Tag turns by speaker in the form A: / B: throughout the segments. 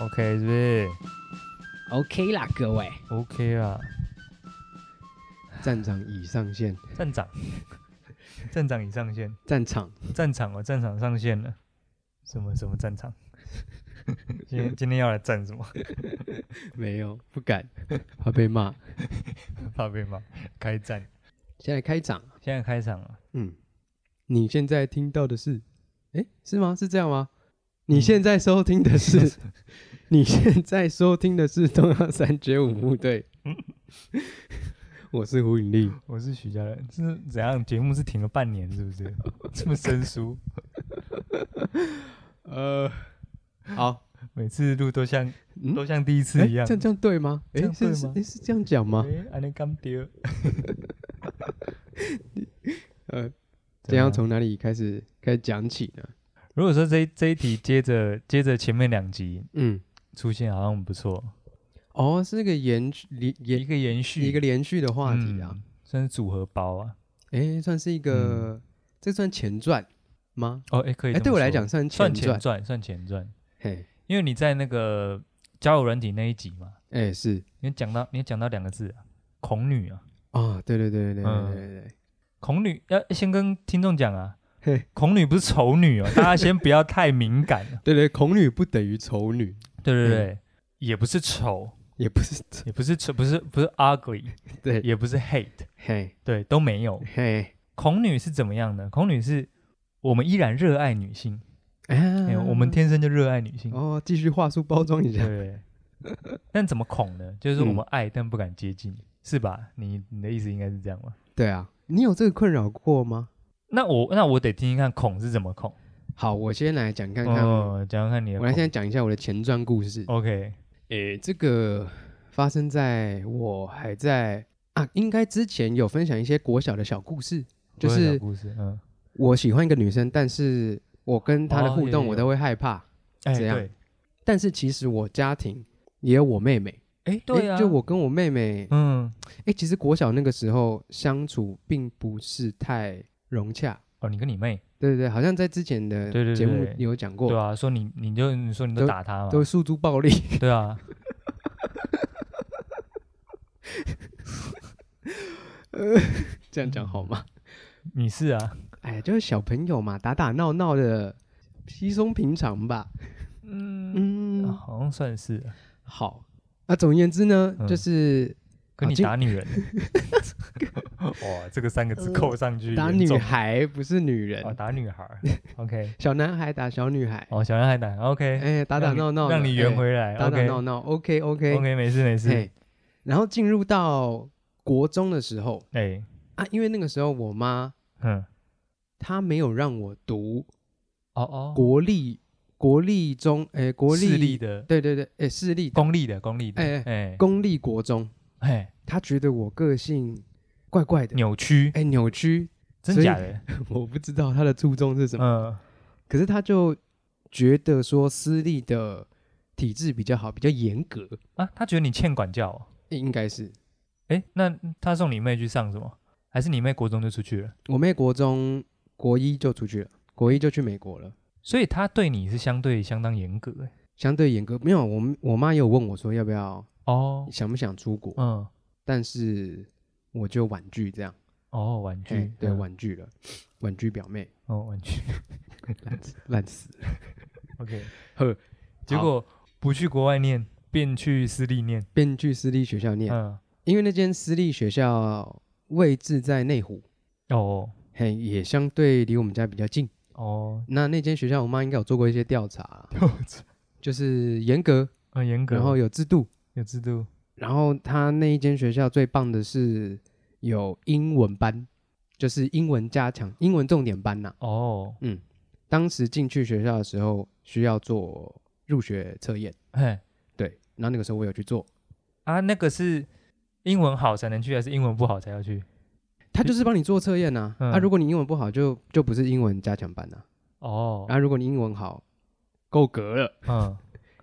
A: OK 是不是
B: OK 啦，各位，
A: ？OK 啊，
C: 站长已上线，
A: 站长， 站长已上线，
C: 战 场
A: 站场哦，站场上线了，什么什么站场？ 今天今天要来站什么？
C: 没有，不敢， 怕被骂。
A: 怕被骂，开战！
C: 现在开场，
A: 现在开场了，
C: 嗯，你现在听到的是，诶，是吗？是这样吗？你
A: 嗯
C: 现在收听 的是，你现在收听的是中央三绝五部队， 我是胡允丽，
A: 我是许家人，这是怎样？节目是停了半年，是不是？ 这么生疏，
C: 呃，好，
A: 每次录都像
C: 嗯
A: 都像第一次
C: 诶
A: 一样
C: 这。样这样对吗？
A: 这
C: 诶，
A: 样
C: 是
A: 对
C: 是
A: 吗
C: 诶是这样讲吗？
A: 哎，安尼干掉。
C: 呃，
A: 怎
C: 这样
A: 样
C: 从哪里开始开始讲起呢？
A: 啊如果说这一这一题接着接着前面两集
C: 嗯，
A: 出现，好像不错，
C: 哦，是那个延续连
A: 一
C: 延
A: 个延续
C: 一个连续的话题啊，
A: 嗯，算是组合包啊。
C: 诶，算是一个，这算前传吗？
A: 哦，哎，可以
C: 诶，
A: 这么说。
C: 对我来讲算
A: 算前
C: 传，
A: 传，算前传，
C: 嘿，
A: 因为你在那个交友软体那一集嘛，
C: 诶，是
A: 你讲到你讲到两个字啊，恐女啊，
C: 啊，对对对对对
A: 嗯
C: 对对对，
A: 恐女要先跟听众讲啊
C: 嘿，
A: 恐女不是丑女哦， 大家先不要太敏感啊。
C: 对对，恐女不等于丑女，
A: 对对对，
C: 嗯
A: 也不是丑，
C: 也不是丑，
A: 也不是丑，不是不是 ugly，
C: 对，
A: 也不是 hate，
C: 嘿
A: 对，都没有。
C: 嘿，
A: 恐女是怎么样的？恐女是我们依然热爱女性，哎
C: 哎
A: 我们天生就热爱女性，
C: 哦，继续话术包装一下，
A: 对。但怎么恐呢？就是我
C: 嗯
A: 们爱但不敢接近，是吧？你你的意思应该是这样吧？
C: 对啊，你有这个困扰过吗？
A: 那我那我得听听看恐是怎么恐。
C: 好，我先来讲看看，我
A: 哦，讲讲看你的恐。
C: 来现在讲一下我的前传故事。
A: OK，
C: 诶，这个发生在我还在啊，应该之前有分享一些国小的小故事，就
A: 我有小
C: 是
A: 故事，嗯，
C: 我喜欢一个女生，但是我跟她的
A: 哦
C: 互
A: 有
C: 动
A: 有
C: 我
A: 有
C: 都会害怕，
A: 哎
C: 怎样
A: 对，
C: 但是其实我家庭也有我妹妹，
A: 哎
C: 诶
A: 对啊，
C: 就我跟我妹妹，
A: 嗯，
C: 诶，其实国小那个时候相处并不是太融洽，
A: 哦，你跟你妹，
C: 对对对，好像在之前的
A: 对对对
C: 节目
A: 对
C: 有讲过，
A: 对啊，说你你就你说你都
C: 都
A: 打她嘛，
C: 都诉诸暴力，
A: 对啊，
C: 这样讲好吗？
A: 你是啊，
C: 哎，就是小朋友嘛，打打闹闹的，稀松平常吧。
A: 嗯，
C: 嗯，
A: 好像算是啊，
C: 好。那总而言之呢，
A: 嗯
C: 就是
A: 跟
C: 好
A: 你
C: 进
A: 打 女人，哇，这个三个字扣上去，
C: 呃打
A: 严
C: 女
A: 重
C: 孩不是女人，
A: 哦，打女孩儿，OK，
C: 小男孩打小女孩，
A: 哦，小男孩打，OK，
C: 哎，打打
A: 让你
C: 闹闹的，
A: 让你圆
C: 哎
A: 回来
C: 打打
A: ，OK
C: 闹闹，OK OK
A: OK，没事没事，
C: 哎，然后进入到国中的时候
A: 哎，
C: 啊，因为那个时候我妈
A: 嗯，
C: 她没有让我读
A: 哦哦，
C: 国立国立中，哎，国
A: 私立
C: 立，
A: 的，
C: 对对对，哎，私立
A: 公立的，公立的，
C: 哎
A: 哎，
C: 公立国中，
A: 哎，
C: 她觉得我个性怪怪的，
A: 扭曲，
C: 哎，扭曲，
A: 真
C: 所以
A: 假的，
C: 我不知道他的初衷是什么，
A: 嗯，
C: 可是他就觉得说私立的体制比较好，比较严格，
A: 啊，他觉得你欠管教哦。
C: 应该是。
A: 哎，那他送你妹去上什么？还是你妹国中就出去了？
C: 我妹国中国一就出去了，国一就去美国了，
A: 所以他对你是相对相当严格哎。
C: 相对严格。没有，我我妈也有问我说要不要
A: 哦，
C: 想不想出国，
A: 嗯，
C: 但是我就婉拒这样，
A: 哦，玩具
C: 嘿，哎对，
A: 嗯
C: 婉拒了，婉拒表妹，
A: 哦，玩 具
C: 烂死烂死了，
A: ，OK。
C: 呵，
A: 结果不去国外念，便去私立念。
C: 便去私立学校念，
A: 嗯，
C: 因为那间私立学校位置在内湖，
A: 哦
C: 嘿，也相对离我们家比较近。
A: 哦，
C: 那那间学校，我妈应该有做过一些调查，啊就是严格，
A: 很哦严格，
C: 然后有制度，
A: 有制度。
C: 然后她那一间学校最棒的是有英文班，就是英文加强、英文重点班呐、
A: 哦，
C: 当时进去学校的时候需要做入学测验，
A: 嘿，
C: 对，然后那个时候我有去做，
A: 啊，那个是英文好才能去，还是英文不好才要去？
C: 他就是帮你做测验呐、啊。
A: 嗯
C: 如果你英文不好就，就不是英文加强班呐、啊。
A: 哦，
C: 然后如果你英文好，够格了，
A: 嗯，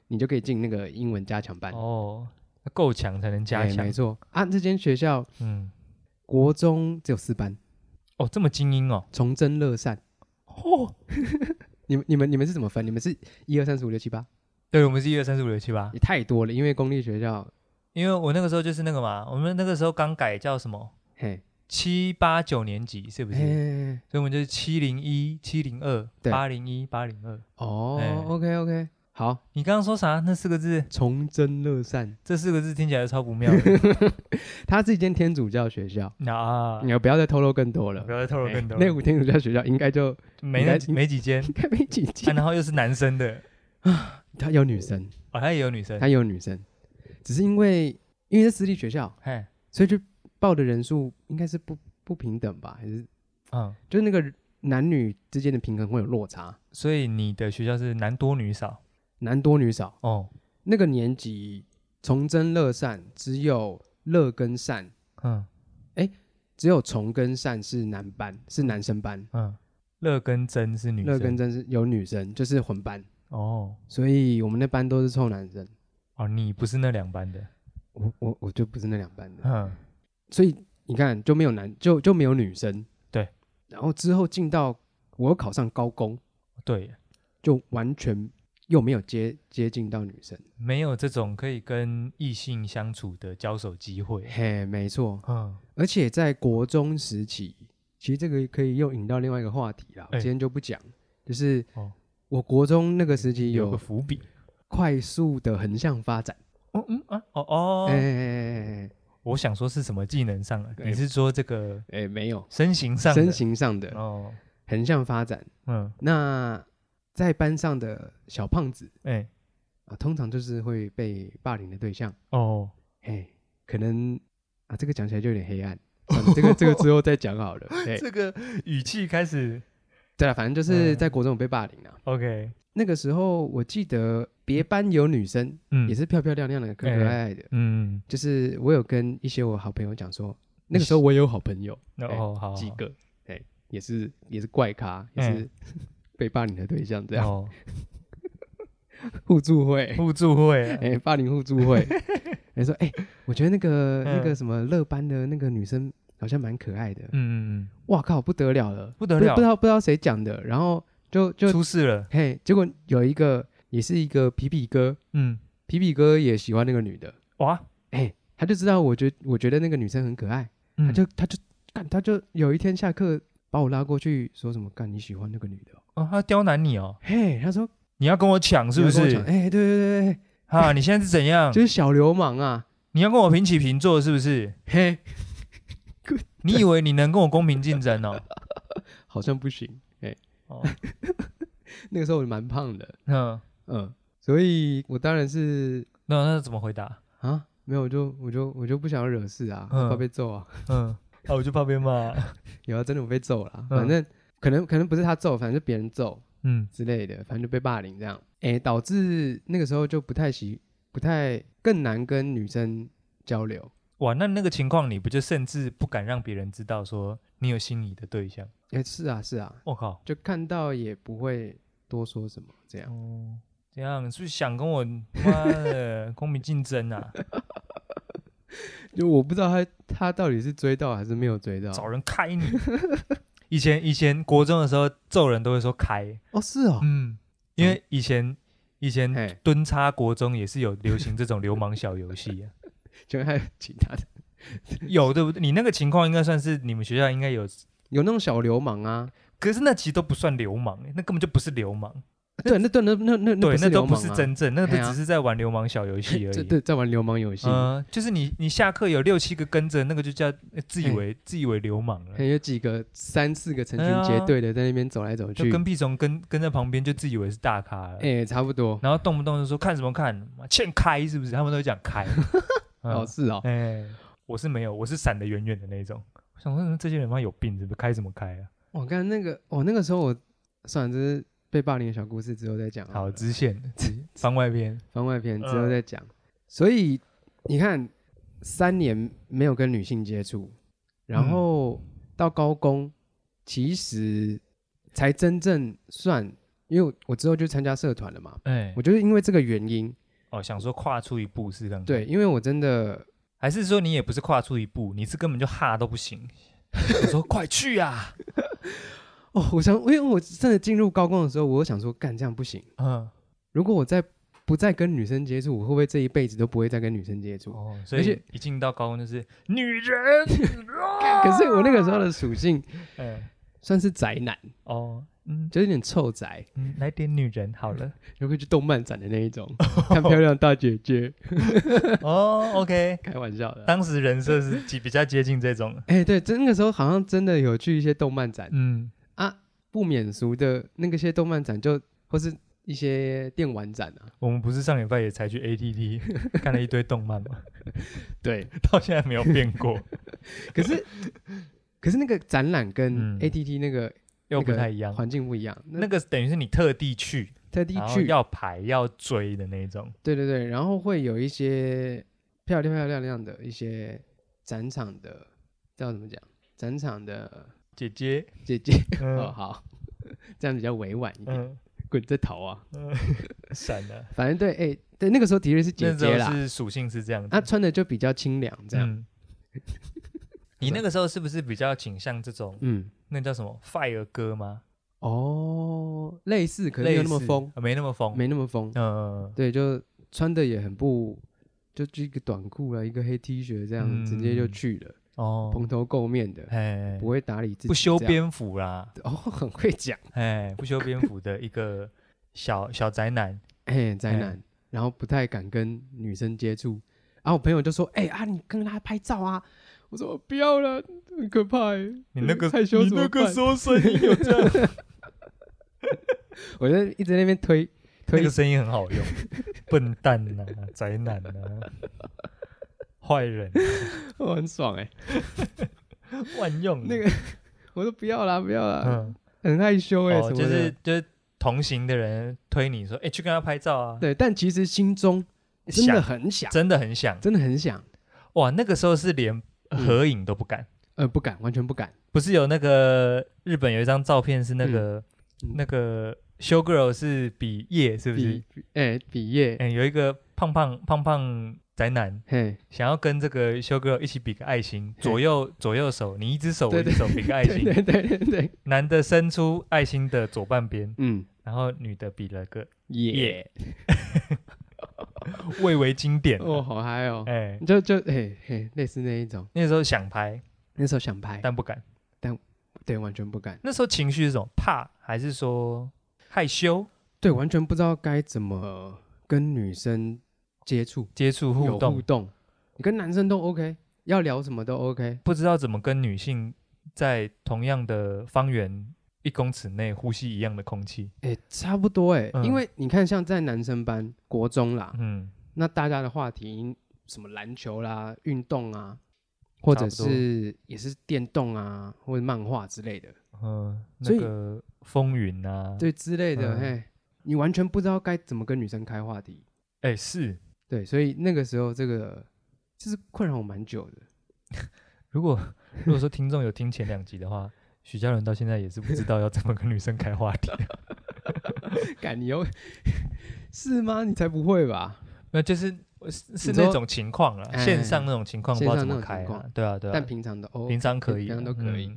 C: 你就可以进那个英文加强班。
A: 哦，那够强才能加
C: 哎
A: 强
C: 啊没。错啊。这间学校
A: 嗯，
C: 国中只有四班。
A: 哦，这么精英哦。
C: 崇祯乐善。
A: 哦，
C: 你们、你们、你们是怎么分？你们是一二三四五六七八？
A: 对，我们是一二三四五六七八
C: 也，太多了，因为公立学校，
A: 因为我那个时候就是那个嘛，我们那个时候刚改叫什么
C: 嘿，
A: 七八九年级是不是？
C: 嘿
A: 所以我们就是七零一、七零二、
C: 哎对
A: 八零一、八零二。
C: 哦
A: 哎
C: ，OK OK，好，
A: 你刚刚说啥？那四个字，
C: 崇祯乐善，
A: 这四个字听起来超不妙 的。
C: 它是一间天主教学校，
A: 那啊
C: 你，要不要再透露更多了
A: 不？要再透露
C: 嗯哎
A: 更多了。
C: 内湖天主教学校应该就
A: 没
C: 应该
A: 那几没几间
C: 应，该没几
A: 啊
C: 间，
A: 然后又是男生的，
C: 它有女生，
A: 哦，他也有女生，
C: 它有女生，只是因为因为是私立学校，
A: 嘿，
C: 所以就报的人数应该是不不平等吧，还是
A: 嗯，
C: 就是那个男女之间的平衡会有落差，
A: 所以你的学校是男多女少
C: 男多女少。
A: 哦，
C: 那个年级崇祯乐善只有乐跟善，
A: 嗯
C: 只有崇跟善是男班，是男生班，
A: 嗯，乐跟真是女生，
C: 乐跟真是有女生，就是混班，
A: 哦
C: 所以我们那班都是臭男生。
A: 哦，你不是那两班的，
C: 我我我就不是那两班的，
A: 嗯，
C: 所以你看就没有男就就没有女生。
A: 对，
C: 然后之后进到我又考上高工，
A: 对，
C: 就完全又没有接接近到女生。
A: 没有这种可以跟异性相处的交手机会，
C: 嘿，没错，
A: 嗯，
C: 而且在国中时期，其实这个可以又引到另外一个话题啦，我
A: 哎
C: 今天就不讲，就是
A: 哦
C: 我国中那个时期
A: 有个
C: 有
A: 伏笔，
C: 快速的横向发展，
A: 哦嗯啊哦
C: 哎
A: 哦，
C: 哎哎
A: 我想说是什么技能上啊？
C: 哎
A: 你是说这个
C: 哎哎，没有
A: 身形上的？
C: 身形上的
A: 哦，
C: 横向发展。
A: 嗯，
C: 那在班上的小胖子
A: 哎
C: 啊，通常就是会被霸凌的对象，
A: 哦，
C: 哎，可能啊，这个讲起来就有点黑暗。算了这个这个之后再讲 好了。对，
A: 哎这个语气开始
C: 对了，反正就是
A: 嗯
C: 在国中有被霸凌啊了。
A: OK，
C: 那个时候我记得别班有女生，
A: 嗯，
C: 也是漂漂亮亮的、可可爱爱的。
A: 嗯，
C: 就是我有跟一些我好朋友讲说，那个时候我也有好朋友
A: 那
C: 哎
A: 哦好，
C: 几
A: 好
C: 个，哎、也是也是怪咖，也是 被霸凌的对象，这样、
A: 哦，
C: 互助会，
A: 互助会啊，
C: 哎、霸凌互助 会。你说，哎、我觉得那个那个
A: 嗯
C: 什么乐班的那个女生好像蛮可爱的，
A: 嗯嗯
C: 哇靠，不得了了，
A: 不得了
C: 不知道不知道谁讲的，然后就
A: 嗯，
C: 就
A: 出事了，
C: 嘿，结果有一个也是一个皮皮哥，
A: 嗯，
C: 皮皮哥也喜欢那个女的，
A: 哇，
C: 哎、他就知道我觉我觉得那个女生很可爱。他
A: 嗯
C: 就他就干，他就有一天下课把我拉过去说什么干你喜欢那个女的哦、
A: 哦，他刁难你哦，
C: 嘿，他说
A: 你要跟我抢是不嗯
C: 你要跟我讲
A: 是？
C: 哎、对对对对，
A: 哈，你现在是怎 样
C: 就？是小流氓啊，
A: 你要跟我平起平坐是不 是？
C: 嘿，
A: 你以为你能跟我公平竞争 哦？
C: 好像不行。哎、
A: 哦，
C: 那个时候我蛮胖的，
A: 嗯，
C: 嗯，所以我当然是
A: 那那怎么回答？
C: 啊，没有，我就我就我就不想惹事啊，
A: 嗯
C: 怕被揍啊，
A: 嗯， 啊，我就怕被骂，
C: 有啊，真的我被揍了啊，
A: 嗯
C: 反正。可能可能不是他揍，反正是别人揍
A: 嗯
C: 之类的，反正就被霸凌这样，哎、导致那个时候就不太喜，不太更难跟女生交流，
A: 哇，那那个情况你不就甚至不敢让别人知道说你有心仪的对象？
C: 哎、是啊，是啊，
A: 我靠，
C: 就看到也不会多说什么，这样
A: 哦，这样是不是想跟我妈的公平竞争啊？
C: 就我不知道他他到底是追到还是没有追到。
A: 找人开你！啊 以前以前国中的时候揍人都会说开，
C: 哦，是哦，
A: 嗯，因为以前以前
C: 哎，
A: 蹲叉国中也是有流行这种流氓小游 戏啊，
C: 就还有其他的，
A: 有对不对？你那个情况应该算是你们学校应该有，
C: 有那种小流氓啊，
A: 可是那其实都不算流氓、欸，那根本就不是流氓，
C: 对，那对那那那
A: 对，那
C: 那
A: 都不
C: 不
A: 是
C: 是流氓啊，
A: 真正，那
C: 哎
A: 个
C: 呀
A: 都只是在玩流氓小游戏而
C: 这
A: 已。
C: 对在玩流氓游戏，
A: 嗯、就是你你下课有六七个跟着，那个就叫呃自以
C: 哎
A: 为自以为流氓了
C: 还。有几个三四个成
A: 哎
C: 群
A: 呀
C: 结队的在那边走来走
A: 就
C: 去，
A: 跟屁虫跟跟在旁边，就自以为是大咖了。
C: 哎，差不多
A: 然后动不动就说看什么看，妈欠开是不是？他们都讲 开。嗯
C: 哦，是哦，
A: 哎、我是没有，我是闪得远远的那种。我想说嗯这些人妈有病是不是？开什么开啊？
C: 我刚那个我那个时候我算了，这是被霸凌的小故事之后再讲
A: 好，
C: 了
A: 支线支番外篇，
C: 番外篇之后
A: 嗯
C: 再讲。所以你看，三年没有跟女性接触，然
A: 嗯
C: 后到高工，其实才真正算，因为我我之后就参加社团了嘛，
A: 哎、
C: 我就是因为这个原因，
A: 哦，想说跨出一步是看看，
C: 对，，因为我真的
A: 还是说你也不是跨出一步，你是根本就哈都不行。我说快去啊，
C: 哦，我想，因为我真的进入高工的时候，我想说，干这样不行，
A: 嗯
C: 如果我再不再跟女生接触，我会不会这一辈子都不会再跟女生接触？
A: 哦，所
C: 而且
A: 以一进到高温就是女人，啊
C: 可是我那个时候的属性
A: 哎
C: 算是宅男，
A: 哦，嗯
C: 就有点臭宅，
A: 嗯，来点女人好了。
C: 有会去动漫展的那一 种，看漂亮大姐姐，
A: 哦，OK，
C: 开玩笑的啊。
A: 当时人设是比比较接近这种，
C: 哎、对，真那个时候好像真的有去一些动漫展，
A: 嗯，
C: 不免俗的那个些动漫展就或是一些电玩展啊，
A: 我们不是上礼拜也才去 ATT 看了一堆动漫吗？
C: 对。
A: 到现在没有变 过，
C: 可 是可是那个展览跟
A: 嗯
C: ATT 那个、
A: 又不
C: 那个
A: 太一样。
C: 环境不一样，
A: 那
C: 那
A: 个等于是你特地去，
C: 特地
A: 然后
C: 去，
A: 要排要追的那种。
C: 对对对，然后会有一些漂亮漂亮亮的一些展场的，叫怎么讲？展场的
A: 姐姐，
C: 姐 姐、哦，
A: 嗯
C: 好，这样比较委婉一点，
A: 嗯
C: 滚这头啊！
A: 嗯，闪了。
C: 反正对，哎、对，那个时候的确是姐
A: 那时
C: 姐
A: 候
C: 啦，
A: 是属性是这样子，
C: 她穿的就比较清凉，这样，
A: 嗯。你那个时候是不是比较倾向这种
C: 嗯，
A: 那叫什么 fire 歌吗？
C: 哦，类似，可是没有那么
A: 类似
C: 疯，，
A: 呃没那么疯。
C: 没那么疯，
A: 嗯，
C: 对，就穿的也很不，就就一个短裤啊，一个黑 T 恤这样，直接就
A: 嗯
C: 去了，蓬
A: 哦，
C: 头垢面的，
A: 哎
C: 不，会打理自己，
A: 不修，边幅啦，
C: 哦，很会讲，
A: 哎，不修边幅的一个小小宅男，
C: 哎，宅
A: 哎
C: 男，然后不太敢跟女生接触，然后我朋友就说，哎啊，你跟他拍照啊，我说我不要了，很可怕欸，
A: 你那个
C: 害羞
A: 你
C: 怎
A: 那
C: 么
A: 个
C: 办
A: 时候声音 有这样，
C: 我就一直在那边推
A: 那
C: 推
A: 个，声音很 好用，笨蛋呐，宅男呐，坏人，
C: 我很爽
A: 欸
C: 哎，
A: 万用
C: 那个我说不要啦，不要啦，
A: 嗯，
C: 很害羞哎，
A: 哦，
C: 什么
A: 就是
C: 的，
A: 就是同行的人推你说，哎，去跟他拍照啊，
C: 对，但其实心中真的
A: 想
C: 很想，
A: 真的很想。
C: 真的很想。
A: 哇，那个时候是连合影都不敢，
C: 呃，不敢，完全不敢。
A: 不是有那个日本有一张照片是那个、
C: 嗯
A: 那个 show girl 是比耶是不是
C: 比？哎，比耶，
A: 嗯、有一个胖胖胖胖宅男
C: 嘿，
A: 想要跟这个 show girl 一起比个爱心，
C: 嘿
A: 左右左右手，你一只手我
C: 对
A: 一只
C: 对
A: 手比个爱
C: 对
A: 心，
C: 对对对对，
A: 男的伸出爱心的左半边，
C: 嗯，
A: 然后女的比了个
C: 耶，
A: 耶，蔚为经典。
C: 哦，好嗨 哦，
A: 哎、
C: 就就嘿嘿，类似那一种。
A: 那时候想拍
C: 那时候想拍，
A: 但不敢，
C: 对，完全不敢，
A: 那时候情绪是什么？怕还是说害羞？
C: 对，完全不知道该怎么跟女生接触，
A: 接触互
C: 有
A: 动
C: 互动。你跟男生都 OK，要聊什么都 OK，
A: 不知道怎么跟女性在同样的方圆一公尺内呼吸一样的空气。
C: 哎，差不多哎，
A: 嗯
C: 因为你看，像在男生班、国中啦，
A: 嗯，
C: 那大家的话题什么篮球啦、运动啊，或者
A: 差不多
C: 是也是电动啊，或者漫画之类的，
A: 呃，
C: 所以
A: 那个风云啊，，
C: 对之类的，
A: 嗯
C: 嘿，你完全不知道该怎么跟女生开话题，
A: 哎、是，
C: 对，所以那个时候这个就是困扰我蛮久的，
A: 如果如果说听众有听前两集的话，许家伦到现在也是不知道要怎么跟女生开话题。
C: 感你又 是吗？你才不会吧？
A: 那就是是是
C: 你说
A: 那种情况啦，
C: 哎
A: 线上那种情况不知道
C: 线
A: 怎
C: 上
A: 么
C: 那种
A: 开
C: 情
A: 啊
C: 况。
A: 对啊，对啊
C: 但，平常的哦，
A: 平常可以
C: 平
A: 啊，
C: 常都可以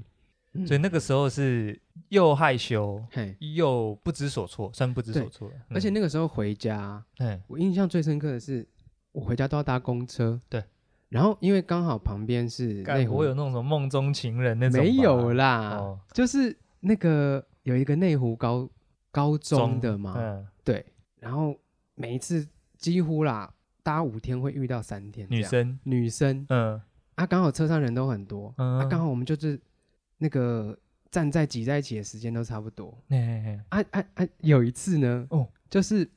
A: 嗯所以
C: 嗯
A: 那个时候是又害羞
C: 嘿，
A: 又不知所措，算不知
C: 对
A: 所措了。嗯
C: 而且那个时候回家，
A: 哎
C: 我印象最深刻的是我回家都要搭公车，
A: 对，
C: 然后因为刚好旁边是
A: 干
C: 内湖
A: 我有那种什么梦中情人那种吧，
C: 没有啦，
A: 哦，
C: 就是那个有一个内湖高高中的嘛，
A: 嗯，
C: 对，然后每一次几乎啦搭五天会遇到三天这
A: 女
C: 样
A: 生，
C: 女生
A: 嗯
C: 啊，刚好车上人都很多，啊，刚
A: 嗯，
C: 好我们就是那个站在挤在一起的时间都差不多，
A: 嗯嘿嘿嘿
C: 啊啊啊！有一次呢，
A: 哦
C: 就是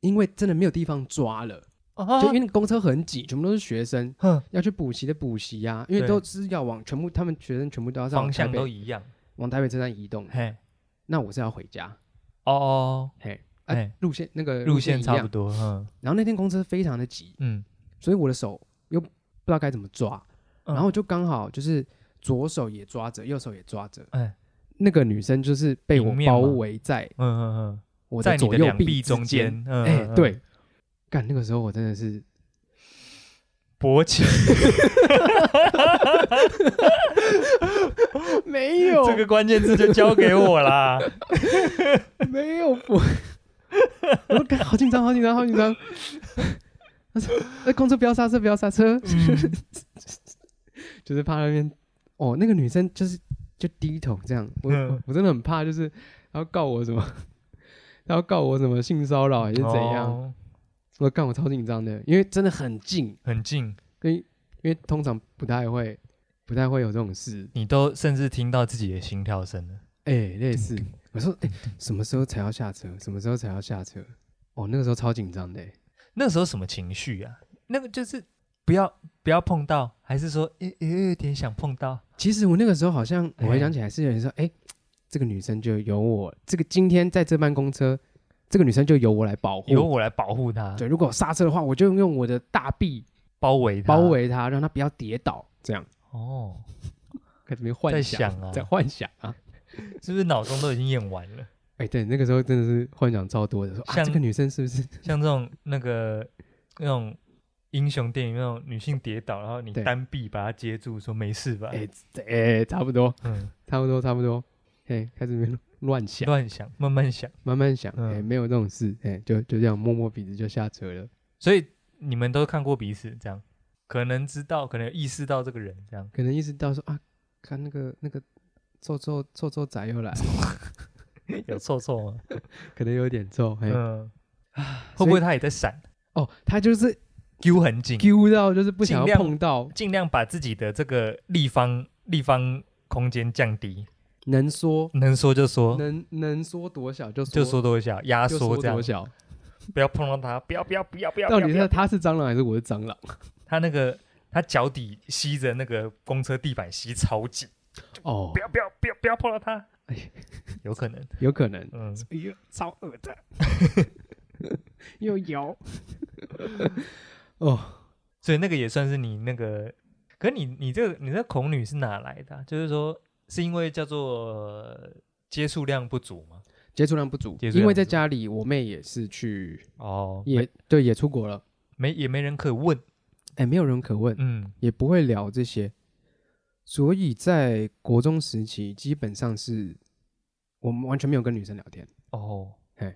C: 因为真的没有地方抓了，
A: 啊
C: 就因为那个公车很挤，全部都是学生
A: 哼，
C: 要去补习的补习啊，因为
A: 对
C: 都是要往全部他们学生全部都要上
A: 方
C: 台
A: 向
C: 北嗯
A: 都一样，
C: 往台北车站移动的，
A: 嘿，
C: 那我是要回家，
A: 哦哦，
C: 嘿，啊
A: 哎，
C: 路线那个
A: 路线
C: 一
A: 差不
C: 样。
A: 多，嗯
C: 然后那天公车非常的挤，
A: 嗯，
C: 所以我的手又不知道该怎么抓，
A: 嗯
C: 然后就刚好就是左手也抓着，右手也抓着。
A: 哎，
C: 那个女生就是被我
A: 迎面
C: 包
A: 吗
C: 围在
A: 嗯嗯
C: 我
A: 嗯，在你
C: 左
A: 的
C: 右
A: 两
C: 臂
A: 臂
C: 之
A: 中
C: 间。
A: 间，
C: 哎、
A: 嗯，嗯，
C: 对，干那个时候我真 的是
A: 勃 起，
C: 没有
A: 这个关键字就交给我啦，
C: 没有勃我说干好紧张，好紧张，好 紧张。他说：“那公车不要刹车，不要刹车。
A: 嗯
C: 就是怕那边哦，那个女生就是就低头这样，我
A: 嗯
C: 我真的很怕，就是她要告我什么， 她要告我什么性骚扰还哎是怎样，
A: 哦
C: 我干我超紧张的，因为真的很近，
A: 很近，
C: 跟因为通常不太会不太会有这种事，
A: 你都甚至听到自己的心跳声了。
C: 哎、类似我说哎、什么时候才要下车，什么时候才要下车，哦那个时候超紧张的、欸
A: 那时候什么情绪啊？那个就是不要不要碰到，还是说有有有点想碰到？
C: 其实我那个时候好像我
A: 哎
C: 回想起来是有人说，哎、这个女生就由我这个今天在这班公车，这个女生就由我来保护。
A: 由我来保护他，
C: 对，如果我刹车的话，我就用我的大臂
A: 包围他，
C: 包围她，让她不要跌倒。这样
A: 哦，
C: 开始没幻
A: 在
C: 想
A: 想啊
C: 在幻想啊。
A: 是不是脑中都已经演完了？
C: 哎、对，那个时候真的是幻想超多的，说啊，
A: 像
C: 这个女生是不 是？
A: 像这种那个那种英雄电影那种女性跌倒，然后你
C: 对
A: 单臂把她接住，说没事吧？
C: 哎、哎、差不多，
A: 嗯，
C: 差不多，差不多。哎、开始没乱想，
A: 乱想，慢慢想。
C: 慢慢想，哎、
A: 嗯
C: 没有这种事，哎、就就这样摸摸鼻子就下车了。
A: 所以你们都看过彼此这样，可能知道，可能有意识到这个人这样。
C: 可能意识到说啊，看那个那个臭臭臭臭仔又来，
A: 有臭臭吗？
C: 可能有点臭，嘿，
A: 嗯，会不
C: 所
A: 会
C: 以
A: 他也在闪，
C: 哦，他就是
A: 揪很紧，
C: 丢到就是不
A: 尽
C: 想要
A: 量
C: 碰到，
A: 尽量把自己的这个立方立方空间降低，
C: 能缩
A: 能说就说，
C: 能能缩多小就缩
A: 哦就说多小，压
C: 就
A: 缩
C: 缩
A: 这样
C: 多，小，
A: 不要碰到他，不要不要不要不要。
C: 到
A: 不
C: 底
A: 要
C: 是他是蟑螂还是我是蟑螂？
A: 他那个他脚底吸着那个公车地板吸超紧，
C: 哦
A: 不，要不要不要不要碰到他
C: 哎，
A: 有可能，
C: 有可能，
A: 嗯，
B: 哎呦，超恶 的，又摇，
C: 哦，
A: 所以那个也算是你那个，可是你你这个你这个恐女是哪来的啊、就是说是因为叫做、呃接触量不足吗？
C: 接触量不足，
A: 接触量
C: 因为
A: 不
C: 在
A: 足
C: 家里我妹也是去
A: 哦，
C: 也对也出国了，
A: 没也没人可问，
C: 哎，没有人可问，
A: 嗯，
C: 也不会聊这些，所以在国中时期基本上是我们完全没有跟女生聊天。
A: 哦，
C: 嘿，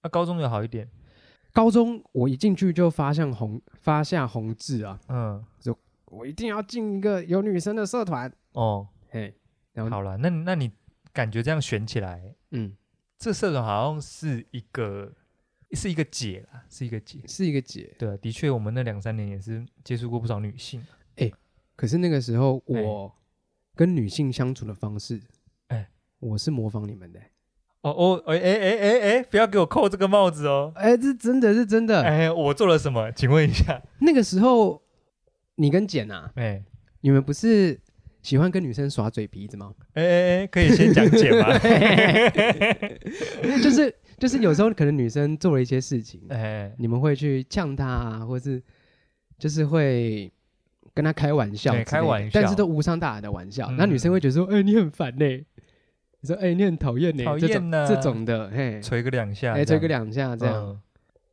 A: 那、啊高中有好一点，
C: 高中我一进去就发向红发下红志啊，
A: 嗯，
C: 我一定要进一个有女生的社团。
A: 哦，
C: 嘿，然后
A: 好了，那你那你感觉这样选起来，
C: 嗯，
A: 这社团好像是一个是一个解啦，是一个解，
C: 是一个姐。
A: 对啊，的确，我们那两三年也是接触过不少女性。
C: 可是那个时候
A: 哎
C: 我跟女性相处的方式，
A: 哎
C: 我是模仿你们的、
A: 哦哦，哎哎哎哎哎，不要给我扣这个帽子哦！
C: 哎、这真的是真的。
A: 哎，我做了什么？请问一 下。
C: 那个时候你跟简啊，
A: 哎
C: 你们不是喜欢跟女生耍嘴皮子吗？
A: 哎哎哎，可以先讲解 吗？
C: 就是就是有时候可能女生做了一些事情，呃
A: 哎，
C: 你们会去呛她啊，或是就是会跟她开玩笑
A: 对
C: 之类的，
A: 开玩
C: 但
A: 笑
C: 是都无伤大雅的玩笑。
A: 嗯
C: 那、女生会觉得说：“哎、你很烦呢、你说：“哎、你很讨厌呢。”
A: 讨
C: 这种
A: 厌呐
C: 这种的，嘿，
A: 捶个两下，
C: 哎，吹个两下这样、
A: 嗯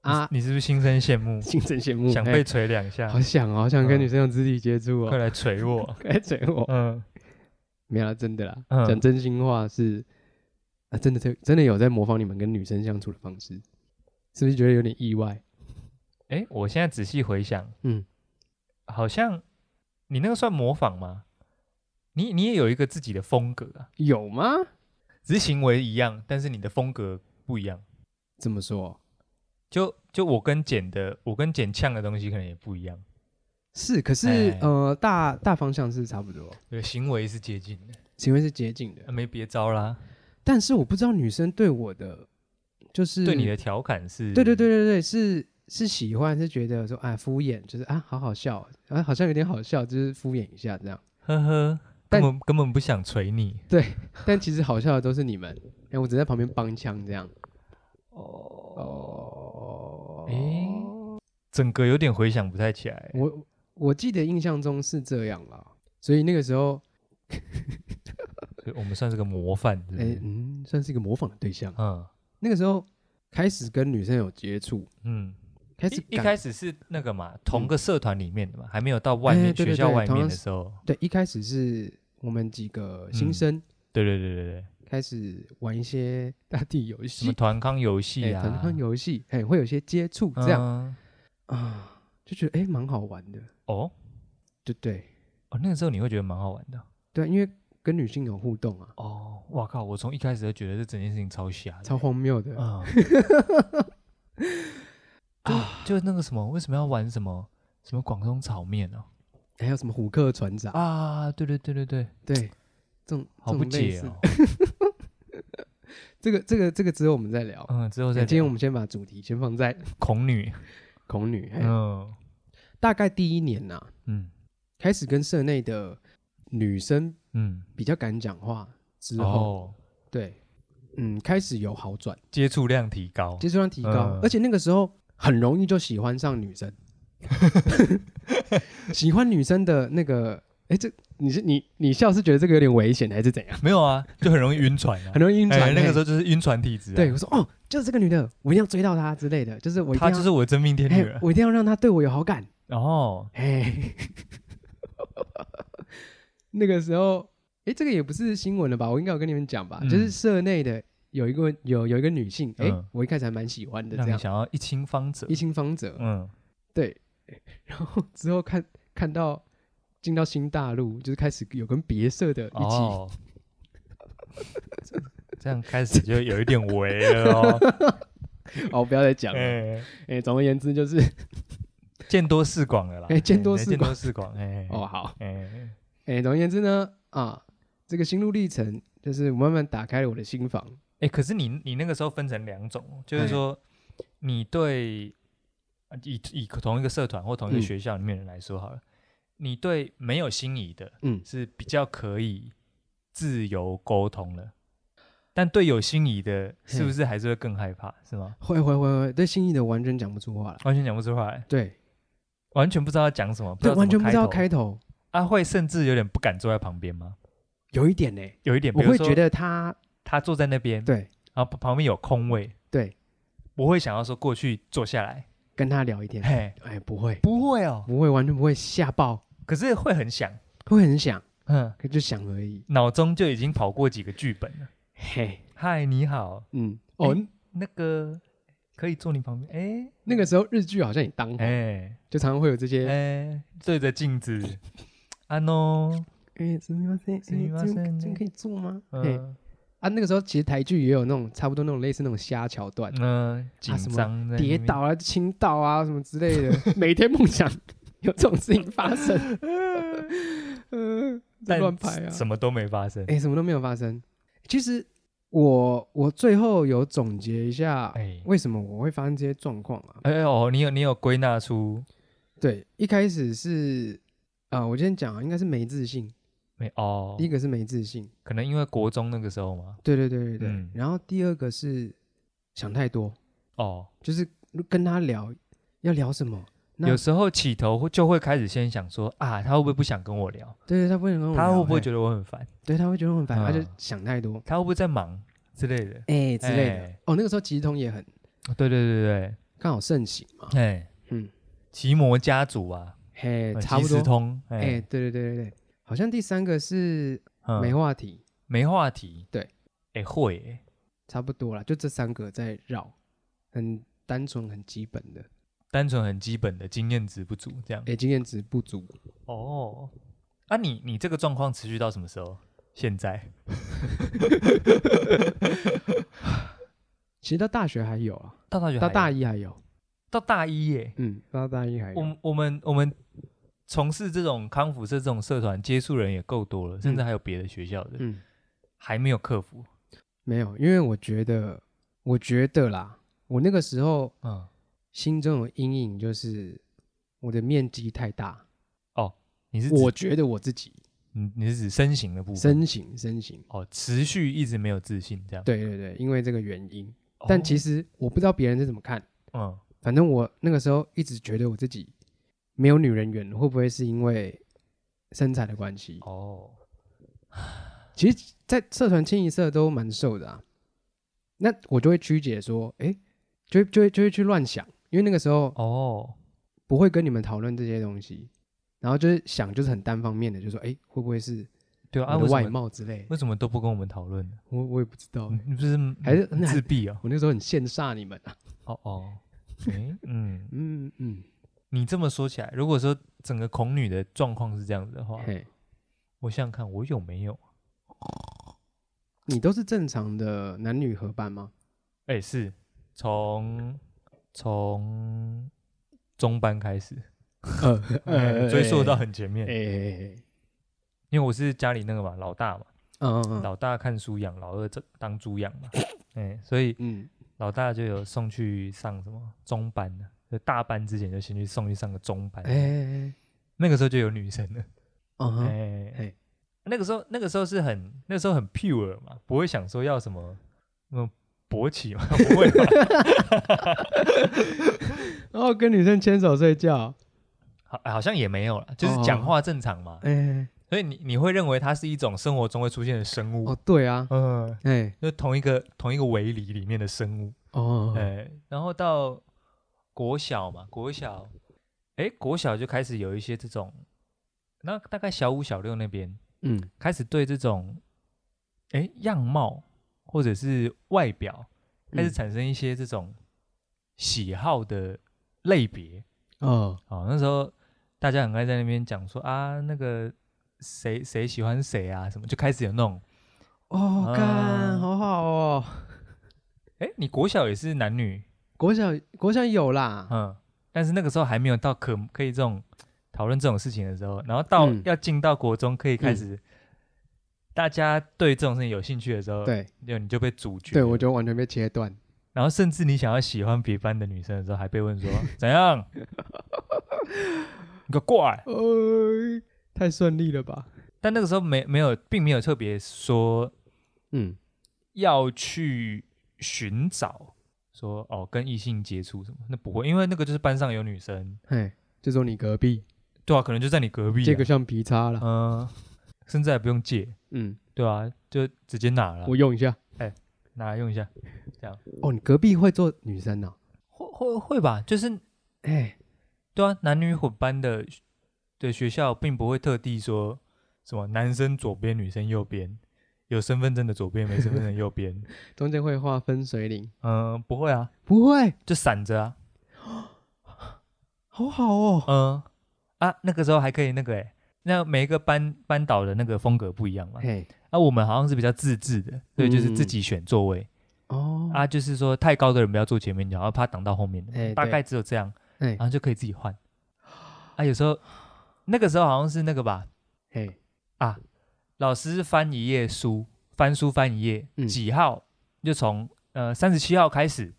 C: 啊，
A: 你你是不是心生羡慕，
C: 心生羡慕，
A: 想
C: 嘿
A: 被捶两下
C: 好？想哦，好想跟
A: 嗯
C: 女生有肢体接触
A: 快
C: 哦，
A: 来捶 我！
C: 快嘴哦我，
A: 嗯，
C: 没有啦，真的啦，
A: 嗯
C: 讲真心话是啊，真的在真的有在模仿你们跟女生相处的方式，是不是觉得有点意外？
A: 哎，我现在仔细回想，
C: 嗯，
A: 好像你那个算模仿吗？你你也有一个自己的风格啊，
C: 有吗？
A: 只是行为一样，但是你的风格不一样。
C: 怎么说？
A: 就就我跟简的，我跟简呛的东西可能也不一样，
C: 是，可是、
A: 哎
C: 呃，大大方向是差不多，
A: 对，行为是接近的，
C: 行为是接近的
A: 啊，没别招啦。
C: 但是我不知道女生对我的就是
A: 对你的，调侃是，
C: 对对对，对对，是是喜欢，是觉得说哎敷衍，就是啊好好笑，啊好像有点好笑，就是敷衍一下这样。
A: 呵呵，
C: 但
A: 根本根本不想捶你。
C: 但其实好笑的都是你们，哎、我只在旁边帮腔这样。哦
A: 诶，哎整个有点回想不太起来。
C: 我我记得印象中是这样啦，所以那个时候，
A: 所以我们算是个模范，是不
C: 哎、
A: 是
C: 嗯，算是一个模仿的对象。
A: 嗯
C: 那个时候开始跟女生有接触，
A: 嗯，
C: 开始
A: 一一
C: 感
A: 开始是那个嘛，同个社团里面的嘛，还没有到
C: 哎
A: 外面
C: 对对
A: 学校
C: 对
A: 外
C: 同
A: 面
C: 样
A: 的
C: 是
A: 时候，嗯
C: 对，一开始是我们几个新生，
A: 对对对对对，
C: 开始玩一些大地游
A: 什么
C: 戏，
A: 团康游戏
C: 哎，
A: 啊，
C: 团康游戏，哎，会有些接触这样
A: 嗯
C: 啊，就觉得哎蛮好玩的，
A: 哦
C: 对对
A: 哦，那个时候你会觉得蛮好玩的
C: 对，啊因为跟女性有互动啊，
A: 哦。哇靠！我从一开始就觉得这整件事情超瞎的，
C: 超荒谬 的，哎
A: 嗯，就就那个什么，为什么要玩什么什么广东炒面
C: 啊
A: 呢、
C: 还有什么虎克船长，
A: 啊，对对对对对，
C: 对，这种
A: 好
C: 这
A: 不
C: 种类
A: 解
C: 似
A: 哦。
C: 这个这个这个之后我们再聊。
A: 嗯，之后
C: 哎
A: 再
C: 今天我
A: 讲
C: 们先把主题先放在
A: 恐女，
C: 恐女，哎
A: 嗯
C: 大概第一年呐、
A: 嗯
C: 开始跟社内的女生
A: 嗯，
C: 比较敢讲话之后，
A: 哦，
C: 对，嗯，开始有好转，
A: 接触量提高，
C: 接触量提高，
A: 嗯
C: 而且那个时候很容易就喜欢上 女生，喜欢女生的那个，哎，这你是你你笑是觉得这个有点危险还是怎样？
A: 没有啊，就很容易晕船啊，
C: 很容易晕船、
A: 哎那个时
C: 候，
A: 候就是晕船体质、啊，
C: 对，我说哦，就是这个女的，我一定要追到她之类的，就是我一定
A: 她
C: 要，
A: 就是我的真命天女
C: 哎
A: 儿，。
C: 我一定要让她对我有好感，
A: 哦，
C: 哎， 那个时候，哎，这个也不是新闻了吧？我应该有跟你们讲吧，
A: 嗯
C: 就是社内的有一个有有一个女性，哎、
A: 嗯
C: 我一开始还蛮喜欢的，
A: 让
C: 这
A: 你
C: 样
A: 想要一清方泽
C: 一，清方泽，
A: 嗯，
C: 对，然后之后看看到进到新大陆，就是开始有跟别社的一起，
A: 哦，这样开始就有一点围了 哦，
C: 哦，不要再讲了，哎、
A: 哎，
C: 总而言之就是，
A: 见多识广了啦，
C: 哎见多识
A: 见
C: 广
A: 多识广，哎，
C: 哦，好，
A: 哎，
C: 哎，总而言之呢，啊，这个心路历程就是我慢慢打开了我的心房，
A: 哎，可是你你那个时候分成两种哦，就是
C: 哎
A: 说你对呃以以同一个社团或同一个
C: 嗯
A: 学校里面的人来说好了，你对没有心仪的
C: 嗯，
A: 是比较可以自由沟通了，但对有心仪的是不
C: 嘿
A: 是还是会更害怕，是吗？
C: 会会会会，对心意的完全讲不出话来，
A: 完全讲不出话来，
C: 对。
A: 完全不知道要讲什么，不知道
C: 对，
A: 怎么
C: 完全不知道
A: 头
C: 开头，
A: 阿慧甚至有点不敢坐在旁边吗？
C: 有一点呢、
A: 有一点，
C: 我
A: 比如
C: 会
A: 说
C: 觉得他
A: 他坐在那边，，
C: 对
A: 然后旁边有空位，
C: 对，
A: 我会想要说过去坐下来，
C: 跟他聊一天，
A: 嘿，
C: 哎，不会，
A: 不会哦，
C: 不会，完全不会吓爆，
A: 可是会很想，
C: 会很想，
A: 嗯，
C: 可就想而已。
A: 脑中就已经跑过几个剧本了。
C: 嘿，
A: 嗨，你好，
C: 嗯，哦，
A: 哎那个可以坐你旁边，
C: 那个时候日剧好像也当
A: 哎
C: 红，
A: 哎
C: 就常常会有这些，
A: 哎，对着镜 子，啊 no，
C: 哎，什么什么
A: すみませんね
C: 真可以做吗？嘿，
A: 嗯
C: 啊，那个时候其实台剧也有那种差不多那种类似那种瞎桥段，
A: 嗯，紧张在那边
C: 跌倒，啊、倾倒啊什么之类 的，每天梦想有这种事情发生，嗯，
A: 但
C: 在乱拍啊，
A: 什么都没发生，
C: 哎、什么都没有发生。其实我我最后有总结一下，
A: 哎
C: 为什么我会发生这些状况啊？
A: 哎哦，你有你有归纳出
C: 对，一开始是啊、呃我今天讲啊应该是没自信，
A: 没哦
C: 第一？个是没自信，
A: 可能因为国中那个时候嘛，
C: 对对对对对。
A: 嗯
C: 然后第二个是想太多，
A: 哦，
C: 就是跟他聊要聊什么，那
A: 有时候起头会就会开始先想说啊，他会不会不想跟我聊？
C: 对对，他不能跟我
A: 他会不会觉
C: 得？
A: 得我很烦？
C: 对，他会觉得我很烦，他就
A: 嗯
C: 想太多，
A: 他会不会在忙之类的？
C: 哎、之类的。
A: 哎
C: 哦，那个时候即时通也很
A: 对对对
C: 刚好盛行嘛，
A: 对，哎，
C: 嗯，
A: 奇摩家族啊，
C: 嘿，
A: 呃
C: 差不
A: 即
C: 多
A: 时。通，
C: 哎、
A: 哎，
C: 对对对对对，好像第三个是
A: 嗯
C: 没话题，
A: 没话题，
C: 对，
A: 哎会哎，
C: 差不多啦，就这三个在绕，很单纯、很基本的，
A: 单纯很基本的经验值不足这样
C: 哎、。经验值不足。
A: 哦，啊你你这个状况持续到什么时候？现在
C: 其实到大学还有啊，
A: 到大学
C: 到
A: 还
C: 大
A: 有
C: 一还有，
A: 到大一耶，
C: 嗯，到大一还有，
A: 我我们我们从事这种康复社这种社团，接触人也够多了，甚至还有别的学校的，
C: 嗯，
A: 还没有克服。
C: 没有，因为我觉得，我觉得啦，我那个时候
A: 嗯，
C: 心中有阴影，就是我的面积太大，
A: 你是指
C: 我觉得我自己
A: 你你是指身形的部分？
C: 身形身形，
A: 哦，持续一直没有自信这样。
C: 对对对，因为这个原因，
A: 哦，
C: 但其实我不知道别人是怎么看。
A: 嗯
C: 反正我那个时候一直觉得我自己没有女人缘，会不会是因为身材的关系？
A: 哦，
C: 其实，在社团清一色都蛮瘦的啊。那我就会曲解说，哎、就会就会就会去乱想，因为那个时候
A: 哦，
C: 不会跟你们讨论这些东西，然后就是想就是很单方面的，就说，哎、会不会是
A: 对啊，啊
C: 我的
A: 为什
C: 外
A: 么
C: 貌之类的，
A: 为什么都不跟我们讨论呢？
C: 我我也不知道欸、
A: 你你不是
C: 还是
A: 自闭哦？
C: 我那时候很羡煞你们啊。
A: 哦哦， 诶，嗯，
C: 嗯嗯，
A: 你这么说起来，如果说整个恐女的状况是这样子的话，
C: 嘿，
A: 我想想看，我有没有？
C: 你都是正常的男女合办吗？
A: 哎，是从从中班开始，
C: 呃
A: 嗯追溯到很前
C: 哎
A: 面，
C: 哎，
A: 因为我是家里那个嘛老大嘛，
C: 嗯嗯嗯
A: 老大看书养，老二这当猪养 嘛，哎，所以
C: 嗯，
A: 老大就有送去上什么中班呢、就大班之前就先去送去上个中班，
C: 哎哎，
A: 那个时候就有女生了，
C: 嗯哼，
A: 哎、
C: 哎
A: 那个时候那个时候是很那时候很 pure 嘛，不会想说要什么嗯勃起嘛， 不会嘛。
C: 然后跟女生牵手睡觉，
A: 好，好像也没有了，就是讲话正常嘛，
C: 哎哎，
A: 哦所以你你会认为它是一种生活中会出现的生物，
C: 哦对啊，
A: 嗯，
C: 哎
A: 就同一个同一个围篱里面的生物，
C: 哦，
A: 哎、然后到国小嘛，国小，哎，国小就开始有一些这种，那大概小五小六那边
C: 嗯
A: 开始对这种，哎，样貌或者是外表开始
C: 嗯
A: 产生一些这种喜好的类别
C: 哦，
A: 哦，那时候大家很爱在那边讲说啊，那个谁谁喜欢谁啊，什么就开始有那种，
C: 哦，
A: 啊
C: 干，好好哦。
A: 哎，你国小也是男女，
C: 国小国小有啦，
A: 嗯，但是那个时候还没有到可可以这种讨论这种事情的时候，然后到、
C: 嗯
A: 要进到国中可以开
C: 嗯
A: 始，大家对这种事情有兴趣的时候，，
C: 对
A: 就你就被阻绝，
C: 对，我就完全被切断。
A: 然后甚至你想要喜欢别班的女生的时候，还被问说怎样，你个怪。
C: 呃，太顺利了吧？
A: 但那个时候没没有，并没有特别说
C: 嗯，
A: 要去寻找说哦跟异性接触什么，那不会，因为那个就是班上有女生，
C: 嘿，就说你隔壁
A: 对啊，可能就在你隔壁、啊，
C: 借个橡皮擦了，
A: 嗯、甚至还不用借，
C: 嗯，
A: 对啊，就直接拿了
C: 我，用一下。
A: 拿来用一下，
C: 哦，你隔壁会做女生呢？
A: 会会会吧，就是
C: 哎，
A: 对啊，男女混班的的学校并不会特地说什么男生左边女生右边，有身份证的左边没身份证的右边，
C: 中间会画分水岭，
A: 嗯、不会啊，
C: 不会，
A: 就散着啊，
C: 好好哦。
A: 嗯、啊，那个时候还可以那个哎、那每一个班班导的那个风格不一样嘛，
C: 嘿，
A: 啊，我们好像是比较自治的，所以就是自
C: 嗯
A: 己选座位，
C: 哦，
A: 啊，就是说太高的人不要坐前面，然后怕挡到后面的，
C: 哎
A: 大
C: 对
A: 概只有这样，
C: 哎
A: 然后就可以自己换。啊，有时候那个时候好像是那个吧，
C: 嘿，
A: 老师翻一页书，翻书翻一页，
C: 嗯
A: 几号就从呃三十七号开始，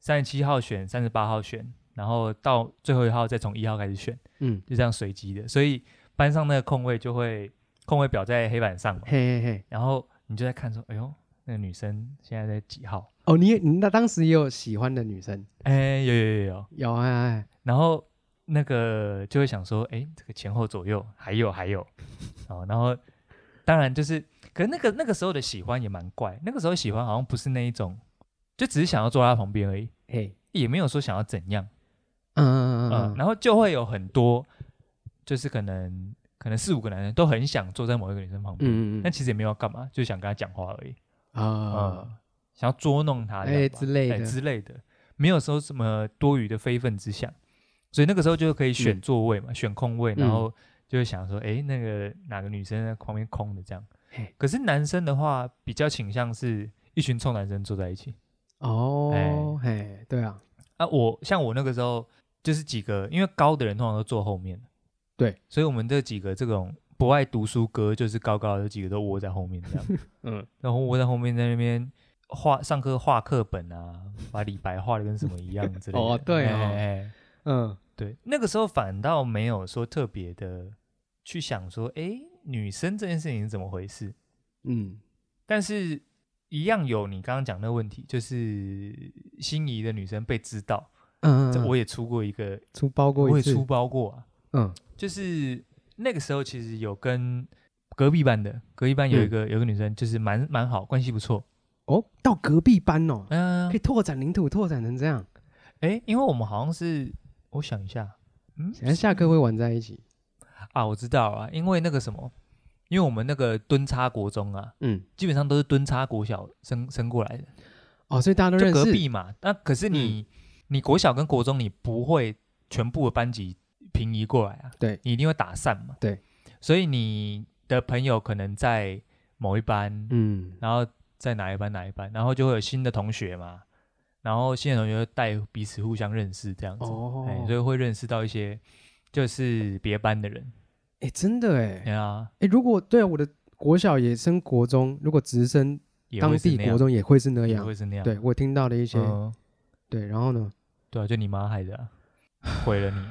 A: 三十七号选，三十八号选，然后到最后一号再从一号开始选，
C: 嗯，
A: 就这样随机的，所以班上那个空位就会空位表在黑板上嘛，
C: 嘿嘿嘿。
A: 然后你就在看说，哎呦，那个女生现在在几号？
C: 哦，你也你那当时也有喜欢的女生，
A: 哎，有有有有，
C: 有哎哎，
A: 然后那个就会想说，哎，这个前后左右还有还有，哦，然后当然就是，可是那个那个时候的喜欢也蛮怪，那个时候喜欢好像不是那一种，就只是想要坐在他旁边而已，
C: 嘿，
A: 也没有说想要怎样，
C: 嗯嗯
A: 嗯，
C: 嗯嗯
A: 然后就会有很多，就是可能可能四五个男人都很想坐在某一个女生旁边，
C: 嗯嗯
A: 但其实也没有要干嘛，就想跟她讲话而已，
C: 嗯啊，
A: 嗯，想要捉弄他
C: 哎之类的
A: 之类的，没有说什么多余的非分之想，所以那个时候就可以选
C: 嗯
A: 座位嘛，选空位，
C: 嗯
A: 然后就会想说，哎、那个哪个女生在旁边空的这样
C: 嘿。
A: 可是男生的话，比较倾向是一群臭男生坐在一起哎
C: 哦，嘿，对啊，
A: 啊。我像我那个时候就是几个，因为高的人通常都坐后面，
C: 对，
A: 所以我们这几个这种不爱读书哥，就是高高的几个都窝在后面这样。
C: 嗯，
A: 然后我在后面在那边画上课画课本啊，把李白画的跟什么一样之类的。
C: 哦对哦
A: 哎哎哎
C: 嗯，
A: 对，那个时候反倒没有说特别的去想说，哎，女生这件事情是怎么回事？
C: 嗯，
A: 但是一样有你刚刚讲的问题，就是心仪的女生被知道，
C: 嗯，
A: 这
C: 嗯
A: 我也出过一个，
C: 出包过
A: 我
C: 一
A: 也
C: 次，
A: 出包过啊。
C: 嗯
A: 就是那个时候其实有跟隔壁班的，隔壁班有一
C: 嗯
A: 个、有一个女生，就是蛮蛮好，关系不错。
C: 哦，到隔壁班哦，
A: 嗯、
C: 可以拓展领土，拓展成这样，
A: 诶，因为我们好像是，我想一下，嗯
C: 然后下课会玩在一起。
A: 啊，我知道啊，因为那个什么，因为我们那个蹲差国中啊，
C: 嗯，
A: 基本上都是蹲差国小升升过来的，
C: 哦，所以大家都
A: 就
C: 认
A: 隔
C: 识，嗯
A: 壁嘛。那可是你、你国小跟国中你不会全部的班级平移过来啊，
C: 对
A: 你一定会打散嘛。
C: 对，
A: 所以你的朋友可能在某一班，
C: 嗯，
A: 然后在哪一班哪一班，然后就会有新的同学嘛，然后新的同学带彼此互相认识这样子，
C: 哦
A: 哎，所以会认识到一些就是别班的人，
C: 哎，真的哎，
A: 对啊，
C: 哎，如果对啊，我的国小也升国中，如果直升
A: 也
C: 当
A: 会是
C: 地
A: 那
C: 国
A: 样，
C: 中也会是那
A: 也
C: 样
A: 会，是那样，
C: 对我听到了一些，
A: 嗯，
C: 对，然后呢，
A: 对啊，就你妈害的、啊，毁了你，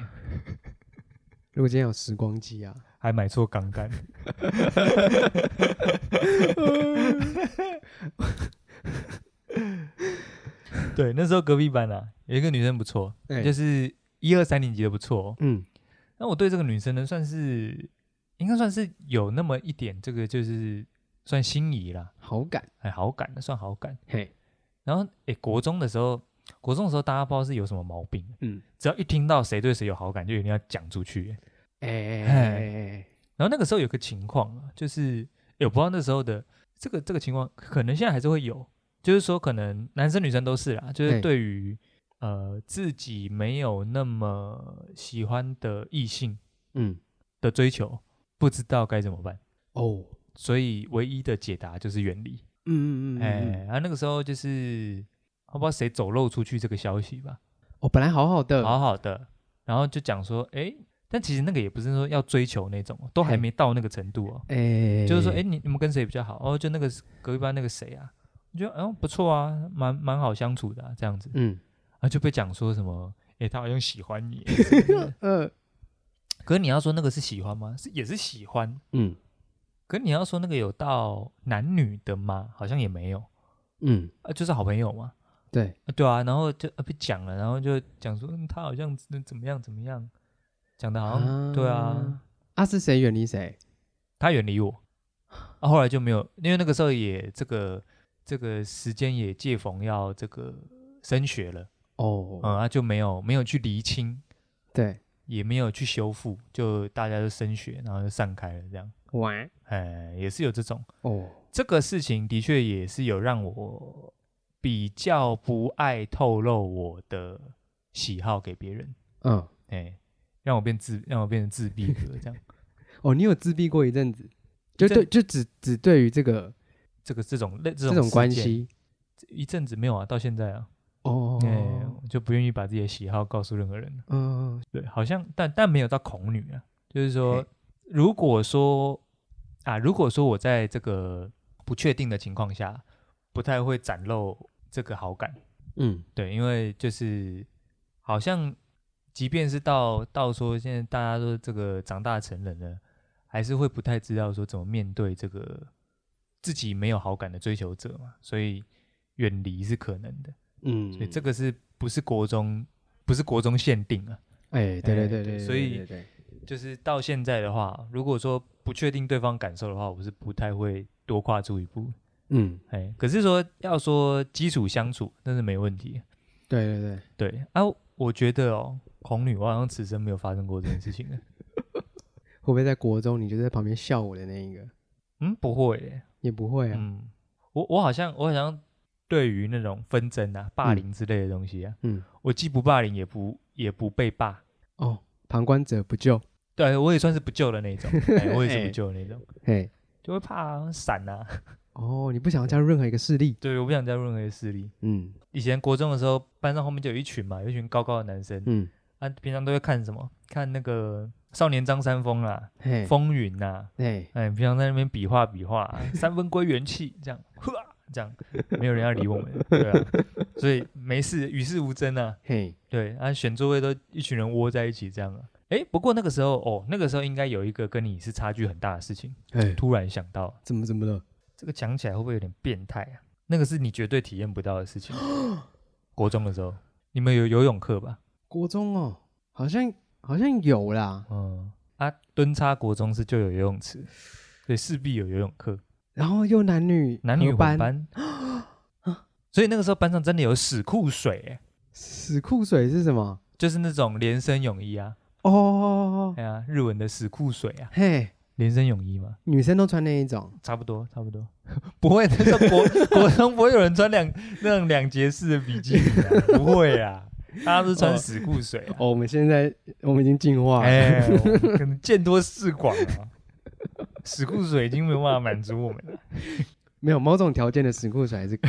C: 如果今天有时光机啊，
A: 还买错杠杆， 对，那时候隔壁班啊，有一个女生不错，
C: 哎
A: 就是一二三年级的不错、哦，
C: 嗯，
A: 那我对这个女生呢，算是应该算是有那么一点这个就是算心仪啦，
C: 好感，
A: 哎，好感算好感。
C: 嘿，
A: 然后哎，国中的时候，国中的时候大家不知道是有什么毛病，
C: 嗯，
A: 只要一听到谁对谁有好感，就一定要讲出去。
C: 哎哎哎哎，
A: 然后那个时候有个情况啊，就是哎我不知道那时候的这个这个情况，可能现在还是会有，就是说可能男生女生都是啦，就是
C: 哎
A: 对于呃自己没有那么喜欢的异性
C: 嗯，
A: 的追求，不知道该怎么办。
C: 哦，
A: 所以唯一的解答就是远离。
C: 嗯嗯嗯嗯，
A: 哎、
C: 嗯
A: 然后、那个时候就是我不知道谁走漏出去这个消息吧，
C: 哦，本来好好的，
A: 好好的，然后就讲说，哎、但其实那个也不是说要追求那种，都还
C: 嘿
A: 没到那个程度哦。
C: 哎，
A: 就是说，哎、，你你们跟谁比较好？哦，就那个隔壁班那个谁啊，我觉得，嗯、不错啊，蛮蛮好相处的、啊、这样子，
C: 嗯，
A: 然后就被讲说什么，哎、他好像喜欢你什么的。
C: 呃，
A: 可是你要说那个是喜欢吗？是也是喜欢，
C: 嗯
A: 可是你要说那个有到男女的吗？好像也没有，
C: 嗯，
A: 啊，就是好朋友嘛。
C: 对，
A: 啊，对啊，然后就啊被讲了，然后就讲说、嗯、他好像怎怎么样怎么样，讲的好像、对啊，，
C: 啊是谁远离谁？
A: 他远离 我，啊后来就没有，因为那个时候也这个这个时间也借逢要这个升学了，
C: 哦，
A: 嗯啊就没有没有去厘清，
C: 对，
A: 也没有去修复，就大家都升学，然后就散开了这样，
C: 玩，
A: 哎也是有这种
C: 哦，
A: 这个事情的确也是有让我比较不爱透露我的喜好给别人。
C: 嗯，
A: 哎、让我变自，让我变成自闭格这样。
C: 哦，你有自闭过一阵子，就
A: 这
C: 对，就只只对于这个
A: 这个这种类这
C: 这
A: 种
C: 种
A: 事
C: 关
A: 件，
C: 系，
A: 一阵子没有啊，到现在啊，
C: 哦
A: 哎、，我就不愿意把自己的喜好告诉任何人了。
C: 嗯，
A: 对，好像但但没有到恐女啊，就是说
C: 嘿，
A: 如果说啊，如果说我在这个不确定的情况下，不太会展露这个好感，
C: 嗯，
A: 对，因为就是好像，即便是到到说现在大家都这个长大成人了，还是会不太知道说怎么面对这个自己没有好感的追求者嘛，所以远离是可能的。
C: 嗯，
A: 所以这个是不是国中不是国中限定啊？哎
C: 哎，对对对
A: 对
C: 对，
A: 所以
C: 对对
A: 就是到现在的话，如果说不确定对方感受的话，我是不太会多跨出一步。
C: 嗯，
A: 哎，可是说要说基础相处，那是没问题。
C: 对对对，
A: 对啊，我觉得哦，恐女我好像此生没有发生过这件事情了。
C: 会不会在国中你就在旁边笑我的那一个？
A: 嗯，不会耶。
C: 也不会啊，
A: 嗯，我我好像我好像对于那种纷争啊、霸凌之类的东西啊，
C: 嗯，
A: 我既不霸凌，也不也不被霸。
C: 哦，旁观者不救，
A: 对我也算是不救的那 种，哎我也是
C: 哎
A: 不救的那种，
C: 嘿，
A: 就会怕闪啊。
C: 哦，你不想要加入任何一个势力，
A: 对，我不想加入任何的势力。
C: 嗯
A: 以前国中的时候，班上后面就有一群嘛，有一群高高的男生，
C: 嗯，
A: 啊，平常都会看什么？看那个《少年张三丰》啦，
C: 嘿，
A: 《风云》呐，
C: 嘿，
A: 哎，平常在那边比划比 划，三分归元气，这样， 呵啊，这样，没有人要理我们，对啊，所以没事，与世无争啊，
C: 嘿，
A: 对，啊，选座位都一群人窝在一起这样啊，哎，不过那个时候，哦，那个时候应该有一个跟你是差距很大的事情，
C: 嘿，
A: 突然想到，
C: 怎么怎么了？
A: 这个讲起来会不会有点变态啊？那个是你绝对体验不到的事 情，国中的时候，你们有游泳课吧？
C: 国中哦，好像好像有啦，
A: 嗯，啊，蹲差国中是就有游泳池，对，势必有游泳课。
C: 然后又男女
A: 男女
C: 合
A: 混
C: 班，
A: 班 啊所以那个时候班上真的有屎裤水、欸，
C: 死裤水是什么？
A: 就是那种连身泳衣啊，
C: 哦，
A: 哎呀、日文的屎裤水啊，
C: 嘿，
A: 连身泳衣嘛，
C: 女生都穿那一种，
A: 差不多差不多， 不会，那时候 国国中不会有人穿两那种两节式的比基尼、 啊，不会啊，大家都穿死固水、啊，
C: 哦，我们现在我们已经进化了，
A: 哎，我 可能见多识广啊，死固水已经没有办法满足我们了。
C: 没有某种条件的死固水还是可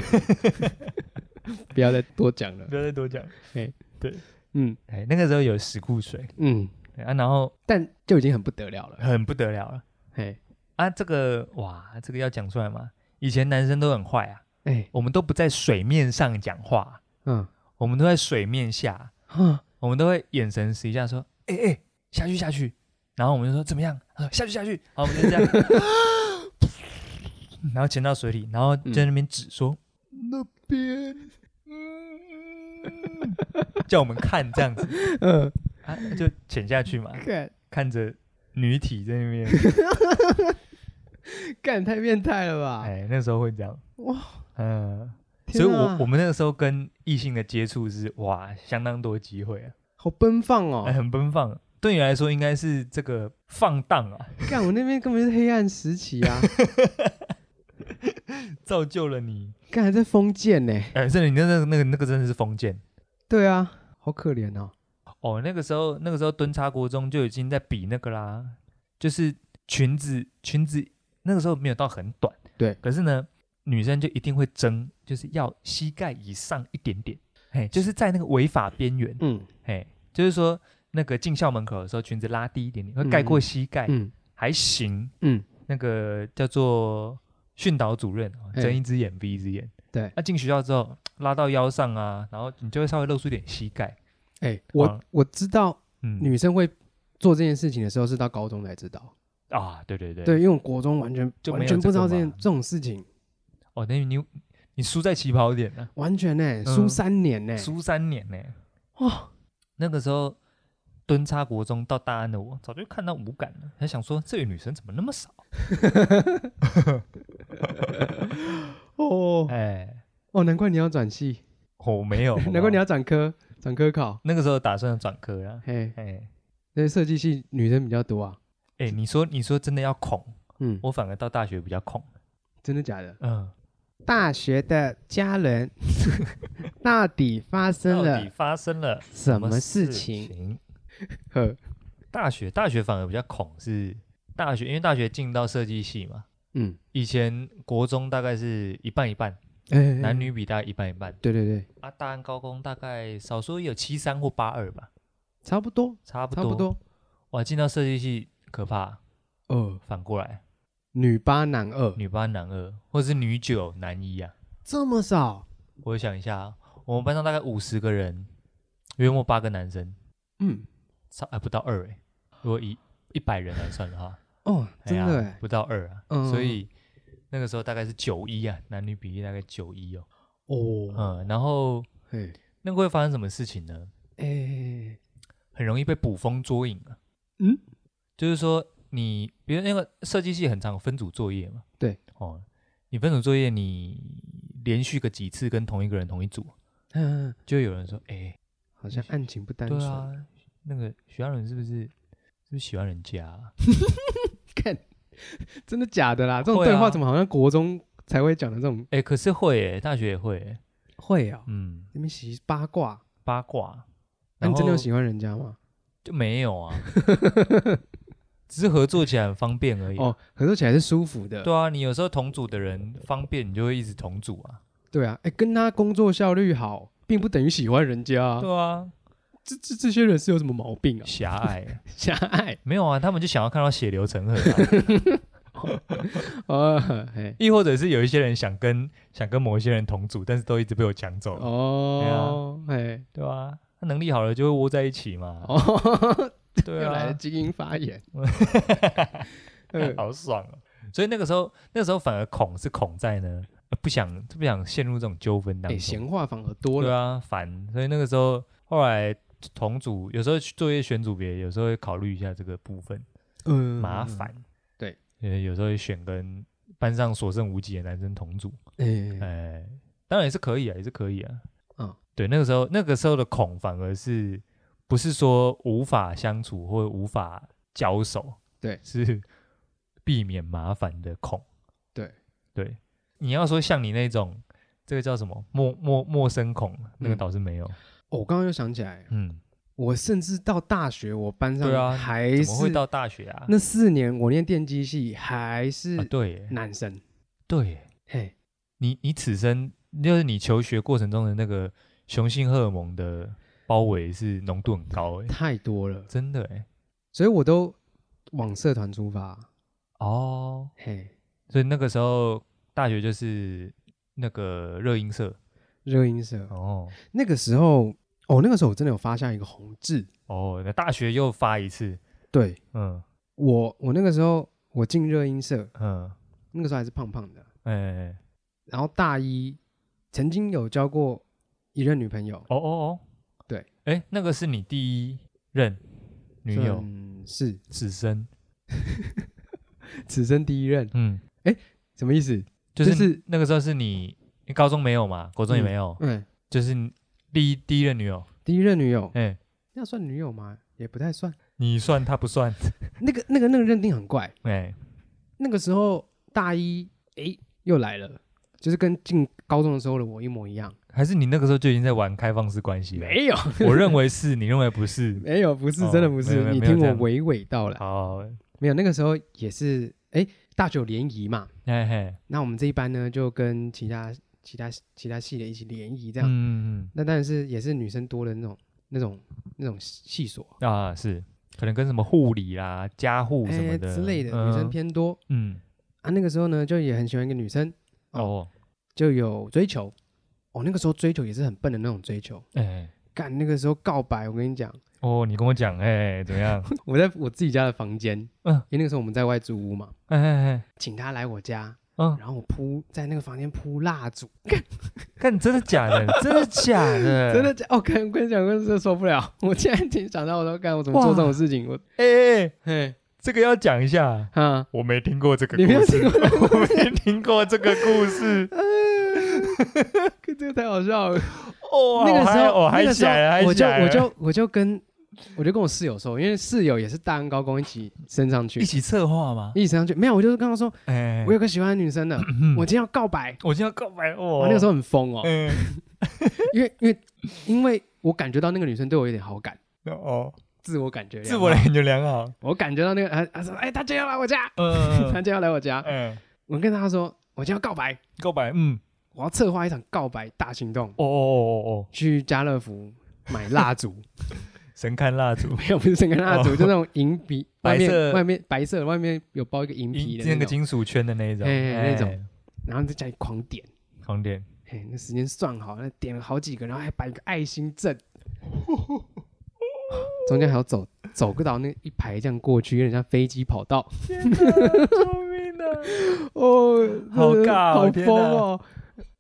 C: 以不要再多讲了
A: 不。要再多讲。
C: 嗯
A: 哎，那个时候有石固水
C: 嗯，
A: 对啊，然后
C: 但就已经很不得了了。
A: 很不得了了
C: 嘿，
A: 啊！这个哇，这个要讲出来吗？以前男生都很坏啊，
C: 哎，
A: 我们都不在水面上讲话，啊
C: 嗯，
A: 我们都在水面下，啊
C: 哈，
A: 我们都会眼神使一下说，哎、哎、下去下去，然后我们就说怎么样？他说下去下去，好，我们就这样， 然后潜到水里，然后在那边指说、那边，嗯，叫我们看这样子
C: 嗯，
A: 啊，就潜下去嘛，
C: 干
A: 看着女体在那边，
C: 干太变态了吧？
A: 哎，那时候会这样，
C: 啊哇，
A: 嗯，
C: 天
A: 所以我
C: 啊
A: 我们那个时候跟异性的接触是哇，相当多机会啊，
C: 好奔放哦
A: 哎，！很奔放。对你来说应该是这个放荡啊，
C: 干我那边根本是黑暗时 期啊！
A: 造就了你。
C: 干还在封建呢。
A: 哎，真的，你那那那个那个真的是封建
C: 对啊，好可怜哦。
A: 哦。那个时候那个时候蹲茶国中就已经在比那个啦，就是裙子裙子那个时候没有到很短，
C: 对
A: 可是呢，女生就一定会争，就是要膝盖以上一点点，哎，就是在那个违法边缘。
C: 嗯
A: 哎，就是说那个进校门口的时候，裙子拉低一点点，会盖过膝盖，
C: 嗯
A: 还行。
C: 嗯，
A: 那个叫做训导主任，哦
C: 哎
A: 睁一只眼闭一只眼。
C: 对
A: 那、进学校之后拉到腰上啊，然后你就会稍微露出一点膝盖。
C: 哎，我
A: 好
C: 我知道
A: 啊嗯，
C: 女生会做这件事情的时候是到高中才知道。
A: 啊，对对对，
C: 对，因为我国中完全
A: 就没有
C: 完全不知道
A: 这
C: 这
A: 个
C: 件
A: 嘛
C: 这种事情，
A: 哦，等于你你输在起跑点了、
C: 完全呢
A: 嗯
C: 输三年呢。哦
A: 输三年呢、
C: 哇，
A: 那个时候。蹲差国中到大安的我，早就看到无感了，还想说这个女生怎么那么少？
C: 哦
A: 哎，
C: 哦，难怪你要转系，
A: 我、哦没 有，
C: 难怪你要转科，转科考。
A: 那个时候打算转科啦。
C: 嘿，
A: 哎
C: 那设计系女生比较多啊。
A: 哎，你说你说真的要恐，
C: 嗯，
A: 我反而到大学比较恐。
C: 真的假的？
A: 嗯，
C: 大学的家人 到底发生
A: 到底
C: 了
A: 发生了
C: 什
A: 什
C: 么事情？
A: 情？
C: 呵，
A: 大学大学反而比较恐是大学，因为大学进到设计系嘛。
C: 嗯，
A: 以前国中大概是一半一半，
C: 哎，
A: 男，女比大概一半一半。
C: 对对对，
A: 啊，大安高工大概少说也有七三或八二吧，
C: 差不多，
A: 差不
C: 差
A: 多。
C: 不。多。
A: 哇，进到设计系可怕，
C: 哦，
A: 反过来
C: 女八男二，
A: 女八男二，或者是女九男一啊。
C: 这么少？
A: 我想一下啊，我们班上大概五十个人，约莫八个男生，
C: 嗯，
A: 差还不到二哎。如果以一百人来算的话，
C: 哦，
A: 哎
C: 真
A: 呀
C: 的哎，
A: 不到二啊。
C: 嗯
A: 所以那个时候大概是九一啊，男女比例大概九一哦。
C: 哦，
A: 嗯，然后
C: 嘿，
A: 那个会发生什么事情呢？
C: 哎，
A: 很容易被捕风捉影啊。
C: 嗯，
A: 就是说你，比如那个设计系很常有分组作业嘛。
C: 对。
A: 哦，你分组作业，你连续个几次跟同一个人同一组，
C: 嗯，
A: 就会有人说，哎、
C: 好像案情不单
A: 对
C: 纯。
A: 啊，那个许安伦是不是是不是喜欢人家啊、
C: 看，真的假的啦？这种
A: 会
C: 对话
A: 啊
C: 怎么好像国中才会讲的这种？
A: 哎、可是会耶，大学也会耶，
C: 会啊，
A: 嗯，
C: 你们喜八卦，
A: 八卦。
C: 那你真的有
A: 然后
C: 喜欢人家吗？
A: 就没有啊，只是合作起来很方便而已。
C: 哦，合作起来是舒服的。
A: 对啊，你有时候同组的人方便，你就会一直同组啊。
C: 对啊，哎，跟他工作效率好，并不等于喜欢人家啊。
A: 对 啊，
C: 这这这些人是有什么毛病啊？
A: 狭隘
C: 狭隘
A: 没有啊，他们就想要看到血流成河、啊，
C: 哦，嘿，
A: 亦或者是有一些人想跟想跟某一些人同组，但是都一直被我抢走了，
C: 哦，嘿，
A: 对啊，他能力好了就会窝在一起嘛。
C: 哦，
A: 对
C: 又来了
A: 啊，
C: 精英 发言。嗯
A: 好爽哦。所以那个时候，那个时候反而恐是恐在呢，呃不想不想陷入这种纠纷当
C: 哎，
A: 中。
C: 闲话反而多
A: 对
C: 了。
A: 啊，烦。所以那个时候，后来同组有时候去作业选组别，有时候会考虑一下这个部分，
C: 嗯
A: 麻。烦。
C: 对，
A: 呃，有时候会选跟班上所剩无几的男生同组，哎、
C: 哎，
A: 当然也是可以啊，也是可以啊。
C: 嗯，
A: 对，那个时候那个时候的恐，反而是不是说无法相处或无法交手，
C: 对
A: 是避免麻烦的恐。
C: 对
A: 对，你要说像你那种，这个叫什么陌陌陌生恐，那个
C: 嗯
A: 倒是没有。
C: 哦我刚刚又想起来，
A: 嗯，
C: 我甚至到大学，我班
A: 对
C: 上
A: 啊
C: 还
A: 怎
C: 是
A: 么会到大学啊？
C: 那四年我念电机系还
A: 啊
C: 是
A: 对耶
C: 男生，
A: 对耶，
C: 嘿，
A: 你你此生就是你求学过程中的那个雄性荷尔蒙的包围是浓度很高哎，
C: 太多了，
A: 真的哎。
C: 所以我都往社团出发，
A: 哦，
C: 嘿，
A: 所以那个时候大学就是那个热音社
C: 热音社。
A: 哦
C: 那个时候，哦，那个时候我真的有发下一个红字，
A: 哦，那大学又发一次，
C: 对
A: 嗯
C: 我，我那个时候我进热音社，
A: 嗯
C: 那个时候还是胖胖的，
A: 哎、
C: 然后大一曾经有交过一任女朋友，
A: 哦哦哦，
C: 对，
A: 哎、那个是你第一任女友
C: 嗯，是
A: 子生，
C: 此生第一任，
A: 嗯，
C: 什么意思？
A: 就是、
C: 就是
A: 那个时候是你你高中没有嘛，国中也没有，
C: 嗯，
A: 就是你第一第一任女友，
C: 第一任女友，
A: 哎、
C: 那算女友吗？也不太算。
A: 你算他不算，
C: 那个、那个、那个认定很怪。
A: 哎、
C: 那个时候大一，诶，又来了，就是跟进高中的时候的我一模一样。
A: 还是你那个时候就已经在玩开放式关系了？
C: 没有，
A: 我认为是，你认为不是？
C: 没有，不是，
A: 哦
C: 真的不
A: 没有
C: 是。
A: 没有
C: 你
A: 没有
C: 听
A: 这
C: 我
A: 样
C: 娓娓道来。
A: 好，
C: 没有，那个时候也是，诶，大九联谊嘛。
A: 嘿嘿，
C: 那我们这一班呢，就跟其他、其他、其他系的一起联谊这样。
A: 嗯嗯
C: 那当然是也是女生多的那种、那种、那种系所，
A: 嗯啊，是，可能跟什么护理啦、家护什么
C: 诶
A: 的
C: 哎之类的，
A: 嗯
C: 女生偏多
A: 嗯，
C: 啊。那个时候呢，就也很喜欢一个女生，
A: 哦，
C: 就有追求。哦，那个时候追求也是很笨的那种追求。
A: 哎、
C: 干那个时候告白，我跟你讲，
A: 哦，你跟我讲，哎、怎么样？
C: 我在我自己家的房间，
A: 嗯
C: 嗯，因为那个时候我们在外租屋嘛，
A: 哎哎哎，
C: 请他来我家，
A: 嗯，
C: 然后我铺在那个房间铺蜡烛，
A: 看真的假的？真的假的？
C: 真的假？哦，干我跟你讲，我真的受不了， 我现在挺想到我都干，我怎么
A: 哇
C: 做这种事情？我
A: 哎、哎哎
C: 嘿
A: 这个要讲一下，
C: 啊，
A: 我没听过这个
C: 你没有
A: 故
C: 听
A: 事，
C: 过这个
A: 我没听过这个故 事。
C: 可 这个太好笑了。
A: 哦，
C: 那个时候，
A: 我还
C: 那个时
A: 想，
C: 候
A: 还
C: 我就
A: 起来
C: 我
A: 了
C: 就我就跟我就跟我室友说，因为室友也是大安高工一起升上去
A: 一，起策划嘛。
C: 一起升上去，没有，我就是跟他说，
A: 哎，嗯
C: 我有个喜欢的女生的，我今天要告白。
A: 我就要告白
C: 我
A: 哦。
C: 那个时候很疯哦，
A: 嗯，
C: 因为因为因为我感觉到那个女生对我有点好感，
A: 哦，
C: 自我感觉良好，
A: 自我感觉良好。
C: 我感觉到那个她她说，哎、她今天要来我家，她
A: 嗯
C: 今天要来我家，
A: 嗯，
C: 我跟她说，我今天要告白，
A: 告白，嗯，
C: 我要策划一场告白大行动，
A: 哦哦哦哦
C: 去家乐福买蜡烛，
A: 哦，神龛蜡烛，
C: 没有不是整个蜡烛，
A: 哦
C: 就那种银皮，
A: 白
C: 外
A: 色
C: 面外面白色，外面有包一个银皮
A: 一
C: 的
A: 那
C: 那
A: 个
C: 种，
A: 金属圈的那一种，
C: 哎
A: 哎
C: 那种然后在家里狂点。
A: 狂点。
C: 嘿，那时间算好，那点了好几个，然后还摆一个爱心阵，中间还要走走个到那一排这样过去，有点像飞机跑 道。
A: 天哪救命啊！
C: 哦，
A: 好
C: 真的
A: 尬哦
C: 好
A: 天
C: 疯
A: 哪
C: 哦！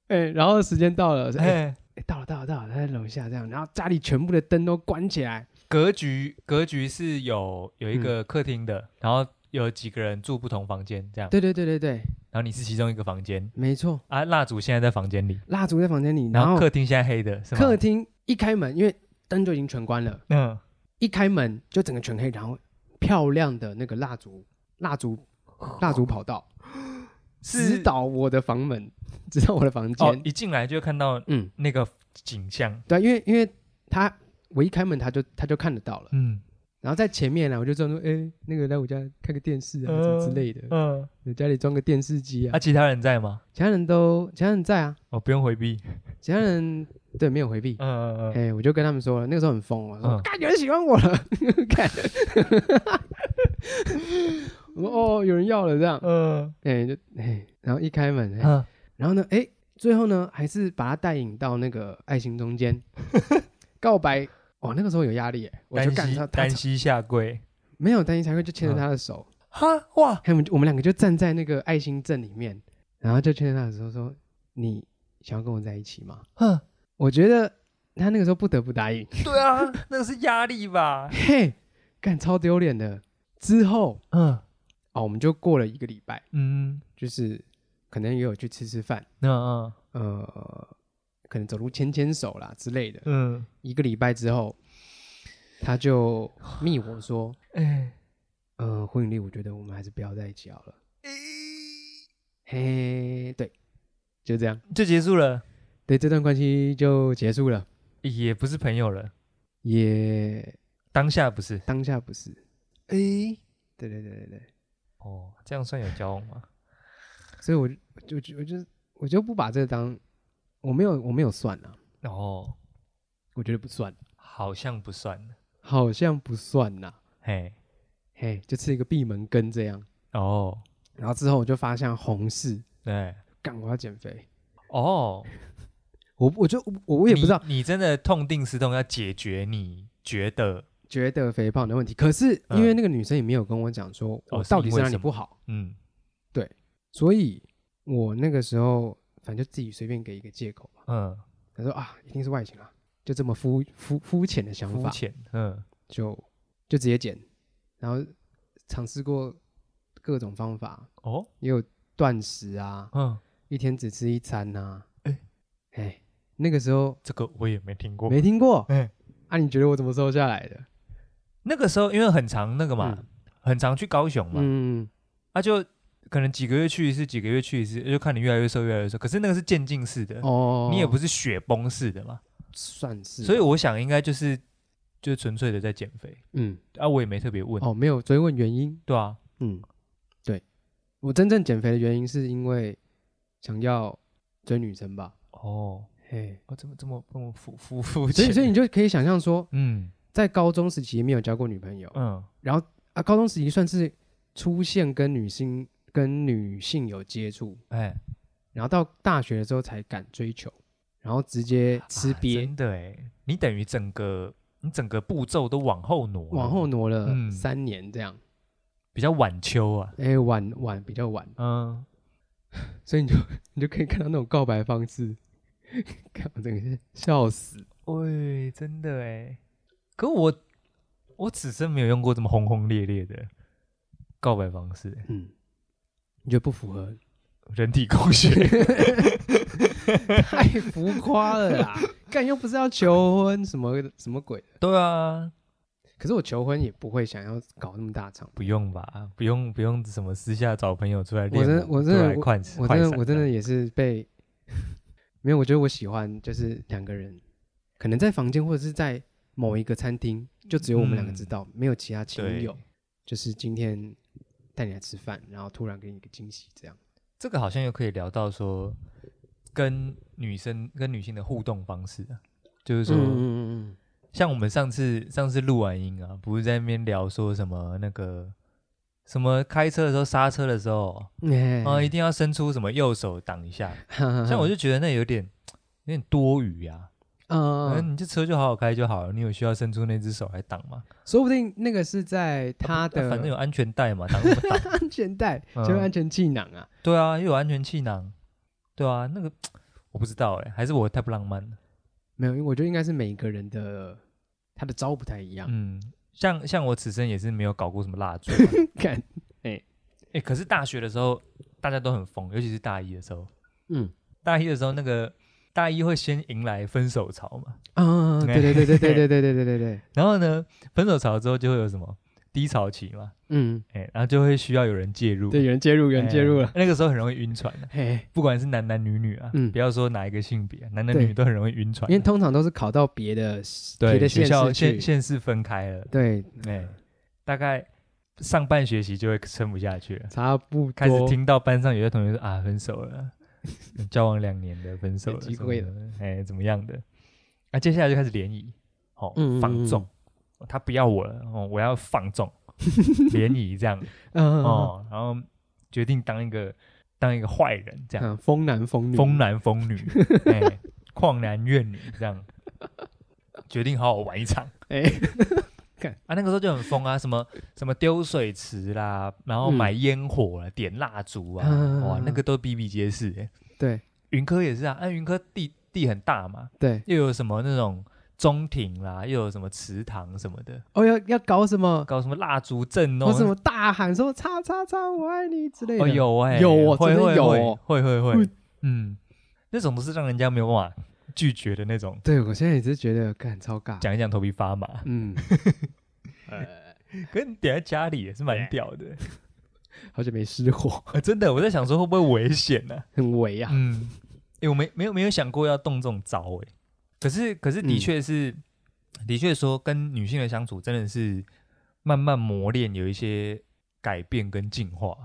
C: 哎、然后时间到了，我说哎、
A: 哎，
C: 哎到了，到了，到了，他在楼下这样，然后家里全部的灯都关起来，
A: 格局格局是有有一
C: 嗯
A: 个客厅的，然后有几个人住不同房间这样，
C: 对对对对对，
A: 然后你是其中一个房间
C: 没错，
A: 啊，蜡烛现在在房间里，
C: 蜡烛在房间里，
A: 然
C: 然
A: 后
C: 后
A: 客厅现在黑的是吗？
C: 客厅一开门，因为灯就已经全关了，
A: 嗯，
C: 一开门就整个全黑，然后漂亮的那个蜡烛，蜡烛，蜡烛跑道。
A: 是
C: 指导我的房门， 指导我的房间。
A: 哦，一进来就看到
C: 嗯，
A: 那个景象，
C: 对，啊因为因为他我一开门，他就他就看得到了。
A: 嗯
C: 然后在前面呢，我就装说，哎、那个来我家看个电视啊，什么之类的，
A: 嗯，
C: 有家里装个电视机啊
A: 啊，。其他人在吗？
C: 其他人都其他人在啊，
A: 哦，不用回避，
C: 其他人对没有回避。
A: 嗯嗯嗯，
C: 哎、我就跟他们说了，那个时候很疯，我说
A: 嗯
C: 干、有人喜欢我了， 干，我说哦有人要了这样，
A: 嗯
C: 哎、就哎、然后一开门，哎
A: 嗯，
C: 然后呢，哎，最后呢，还是把他带引到那个爱情中间告白。哦，那个时候有压力耶，我就
A: 单
C: 干
A: 膝
C: 他，他
A: 单膝下跪，
C: 没有担心才会就牵着他的手，
A: 哈哇，
C: 还有我们我们两个就站在那个爱心阵里面，然后就牵着他的手说：“你想要跟我在一起吗
A: 哼，？”
C: 我觉得他那个时候不得不答应，
A: 对啊，那个是压力吧？
C: 嘿，干超丢脸的。之后
A: 嗯
C: 哦，我们就过了一个礼拜，
A: 嗯，
C: 就是可能也有去吃吃饭，
A: 那嗯
C: 呃，可能走路牵牵手啦之类的，
A: 嗯，
C: 一个礼拜之后，他就密我说
A: 哎，：“
C: 呃，婚礼我觉得我们还是不要在一起好了。嘿，对，就这样，
A: 就结束了，
C: 对这段关系就结束了，
A: 也不是朋友了，
C: 也
A: 当下不是
C: 当下不是。
B: 哎，
C: 对对对对对，
A: 哦，这样算有交往吗？
C: 所以我就就我就我就不把这当我没有我没有算啊，
A: 哦，
C: 我觉得不算，
A: 好像不算，
C: 好像不算呐、
A: 嘿，
C: 嘿，就吃一个闭门羹这样。
A: 哦，
C: 然后之后我就发现红事，
A: 对，
C: 干我要减肥，
A: 哦，
C: 我我就我我也不知道
A: 你，你真的痛定思痛要解决你觉得
C: 觉得肥胖的问题，可是因为那个女生也没有跟我讲说
A: 嗯哦
C: 我
A: 是
C: 到底
A: 因
C: 是
A: 为
C: 哪里
A: 什么
C: 不好，
A: 嗯
C: 所以我那个时候反正就自己随便给一个借口嘛，
A: 嗯
C: 他说啊一定是外形啊，就这么肤肤肤浅的想
A: 肤
C: 法，
A: 浅嗯
C: 就就直接减，然后尝试过各种方法，
A: 哦
C: 也有断食啊，
A: 嗯，
C: 一天只吃一餐呐、
A: 哎
C: 哎，那个时候
A: 这个我也没听过，
C: 没听过，
A: 哎
C: 啊，你觉得我怎么瘦下来的？
A: 那个时候因为很长那个嘛，
C: 嗯
A: 很常去高雄嘛，
C: 嗯，
A: 啊就可能几个月去一次，几个月去一次，就看你越来越瘦越来越瘦，可是那个是渐进式的，
C: 哦，
A: 你也不是雪崩式的嘛，
C: 算是，
A: 所以我想应该就是就纯粹的在减肥
C: 嗯，
A: 啊，我也没特别问，
C: 哦，没有追问原因，
A: 对啊，
C: 嗯，对，我真正减肥的原因是因为想要追女生吧，
A: 哦，
C: 嘿，
A: 我、怎么这么这么肤肤肤
C: 所
A: 浅，
C: 以所以你就可以想象说，
A: 嗯
C: 在高中时期没有交过女朋友，
A: 嗯
C: 然后啊，高中时期算是出现跟女性跟女性有接触，
A: 哎
C: 然后到大学的时候才敢追求，然后直接吃
A: 啊
C: 瘪、
A: 真的哎，你等于整个你整个步骤都往后挪，
C: 往后，挪了
A: 嗯
C: 三年这样，
A: 比较晚秋啊，
C: 哎、晚晚比较晚，
A: 嗯，
C: 所以你就 你就可以看到那种告白方式， 看我真的是笑死，
A: 喂，真的哎，可我我此生没有用过这么轰轰烈烈的告白方式欸，
C: 嗯，你觉得不符 合？
A: 人体工 学
C: 太浮夸了啦！ 干又不是要求婚什么什么鬼的，
A: 对啊，
C: 可是我求婚也不会想要搞那么大场面。
A: 不用吧，不用不用什么私下找朋友出来
C: 我
A: 练
C: 真
A: 舞，
C: 我
A: 出
C: 真的
A: 来快
C: 我
A: 快
C: 真的
A: 闪
C: 我真
A: 这
C: 的
A: 样
C: 也是被 没有，我觉得我喜欢就是两个人，可能在房间或者是在某一个餐厅，就只有我们两个知
A: 嗯
C: 道，没有其他亲
A: 对
C: 友。就是今天带你来吃饭，然后突然给你一个惊喜，这样。
A: 这个好像又可以聊到说，跟女生跟女性的互动方式、啊，就是说，
C: 嗯嗯
A: 像我们上次上次录完音啊，不是在那边聊说什么那个什么开车的时候刹车的时候
C: 嗯嗯
A: 啊、一定要伸出什么右手挡一下，呃 像我就觉得那有点有点多余啊，嗯、
C: 嗯，
A: 你这车就好好开就好了，你有需要伸出那只手来挡吗？
C: 说不定那个是在他
A: 啊
C: 的
A: 反正有安全带嘛，挡什么挡？
C: 安全带，
A: 嗯
C: 就是安全气囊啊。
A: 对啊，又有安全气囊，对啊，那个我不知道哎、还是我太不浪漫了。
C: 没有，因为我觉得应该是每个人的他的招不太一样。
A: 嗯，像像我此生也是没有搞过什么蜡烛啊，
C: 看，
A: 哎、可是大学的时候大家都很疯，尤其是大一的时候，
C: 嗯
A: 大一的时候那个大一会先迎来分手潮嘛，
C: 啊， 对对对对对对对对对对对，
A: 然后呢，分手潮之后就会有什么低潮期嘛，
C: 嗯，
A: 哎、然后就会需要有人介入，
C: 对，有人介入，有
A: 哎，
C: 人介入了，
A: 那个时候很容易晕船的、啊
C: 嘿，
A: 不管是男男女女啊，
C: 嗯
A: 不要说哪一个性别，啊男男
C: 对
A: 女女都很容易晕船
C: 因为
A: 啊、
C: 通常都是考到别的别的
A: 对
C: 县
A: 学校
C: 市
A: 县
C: 去，
A: 县市分开了，
C: 对，
A: 哎、大概上半学期就会撑不下去了。
C: 差不
A: 开始
C: 多，
A: 听到班上有些同学说啊分手了， 交往两年的分手了，
C: 有机会
A: 什
C: 了
A: 么的，哎怎么样的？啊，接下来就开始联谊，哦，
C: 嗯嗯嗯
A: 放纵，哦他不要我了，哦，我要放纵 联谊这样，
C: 嗯，嗯
A: 哦，然后决定当一个当一个坏人这样，
C: 嗯，风男风女，
A: 疯男疯 女，哎，旷男怨女这样，决定好好玩一场。
C: 哎，
A: 啊，那个时候就很疯啊，什么什么丢水池啦，然后买烟火啦，点蜡烛啊，
C: 嗯
A: 哇，那个都比比皆是、欸。
C: 对
A: 云科也是啊，啊，云科地地很大嘛，
C: 对，
A: 又有什么那种中庭啦，又有什么池塘什么的，
C: 哦，要要搞什么？
A: 搞什么蜡烛阵哦，
C: 搞什么大喊说“叉叉叉，我爱你”之类
A: 哦
C: 的，
A: 有哎、
C: 有哦
A: 会
C: 真的
A: 会
C: 有
A: 会
C: 哦
A: 会会会
C: 嗯，
A: 嗯，那种都是让人家没有办法拒绝的那种，
C: 对我现在也是觉得干超尬，
A: 讲一讲头皮发麻。
C: 嗯，
A: 可是你点在家里也是蛮屌 的，
C: 好久没失火，
A: 呃真的，我在想说会不会危险呢、
C: 很围啊。
A: 嗯，哎、我没没有没有想过要动这种招哎、可是可是的
C: 嗯
A: 确是，的确说跟女性的相处真的是慢慢磨练，有一些改变跟进化。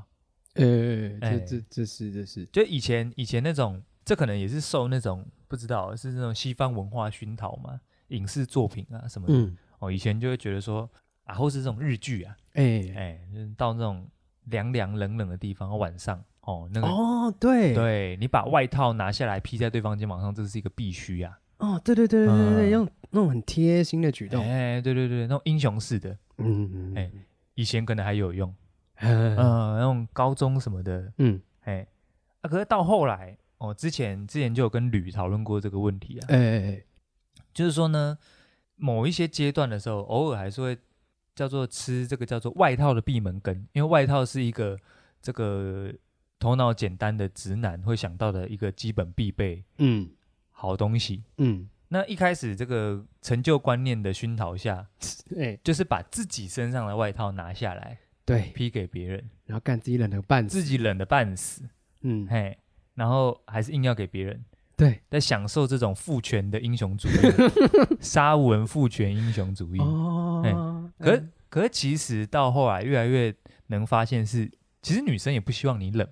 C: 呃，
A: 哎
C: 这这这是这是，
A: 就以前以前那种，这可能也是受那种不知道是那种西方文化熏陶嘛，影视作品啊什么的、
C: 嗯，
A: 哦，以前就会觉得说啊，或是这种日剧啊，
C: 哎，
A: 哎、就是到那种凉凉冷冷的地方，晚上哦那个。
C: 哦，对，
A: 对你把外套拿下来披在对方肩膀上，这是一个必须啊！
C: 哦，对对对对对
A: 嗯
C: 对，用那种很贴心的举动，
A: 哎，对对对，那种英雄式的，
C: 嗯，
A: 哎以前可能还有用，嗯、
C: 嗯
A: 那种高中什么的，
C: 嗯，
A: 哎，啊，可是到后来，哦，之前之前就有跟吕讨论过这个问题啊，
C: 哎哎，哎
A: 就是说呢，某一些阶段的时候，偶尔还是会叫做吃这个叫做外套的闭门羹，因为外套是一个这个头脑简单的直男会想到的一个基本必备
C: 嗯
A: 好东西。
C: 嗯，
A: 那一开始这个成就观念的熏陶下，
C: 哎，
A: 就是把自己身上的外套拿下来
C: 对，
A: 披给别人，
C: 然后干自己冷的半死，
A: 自己冷得半死，
C: 嗯，
A: 嘿，然后还是硬要给别人，
C: 对，
A: 在享受这种父权的英雄主义，沙文父权英雄主义。
C: 哦，
A: 嗯哎可
C: 嗯
A: 可是其实到后来越来越能发现是，其实女生也不希望你冷，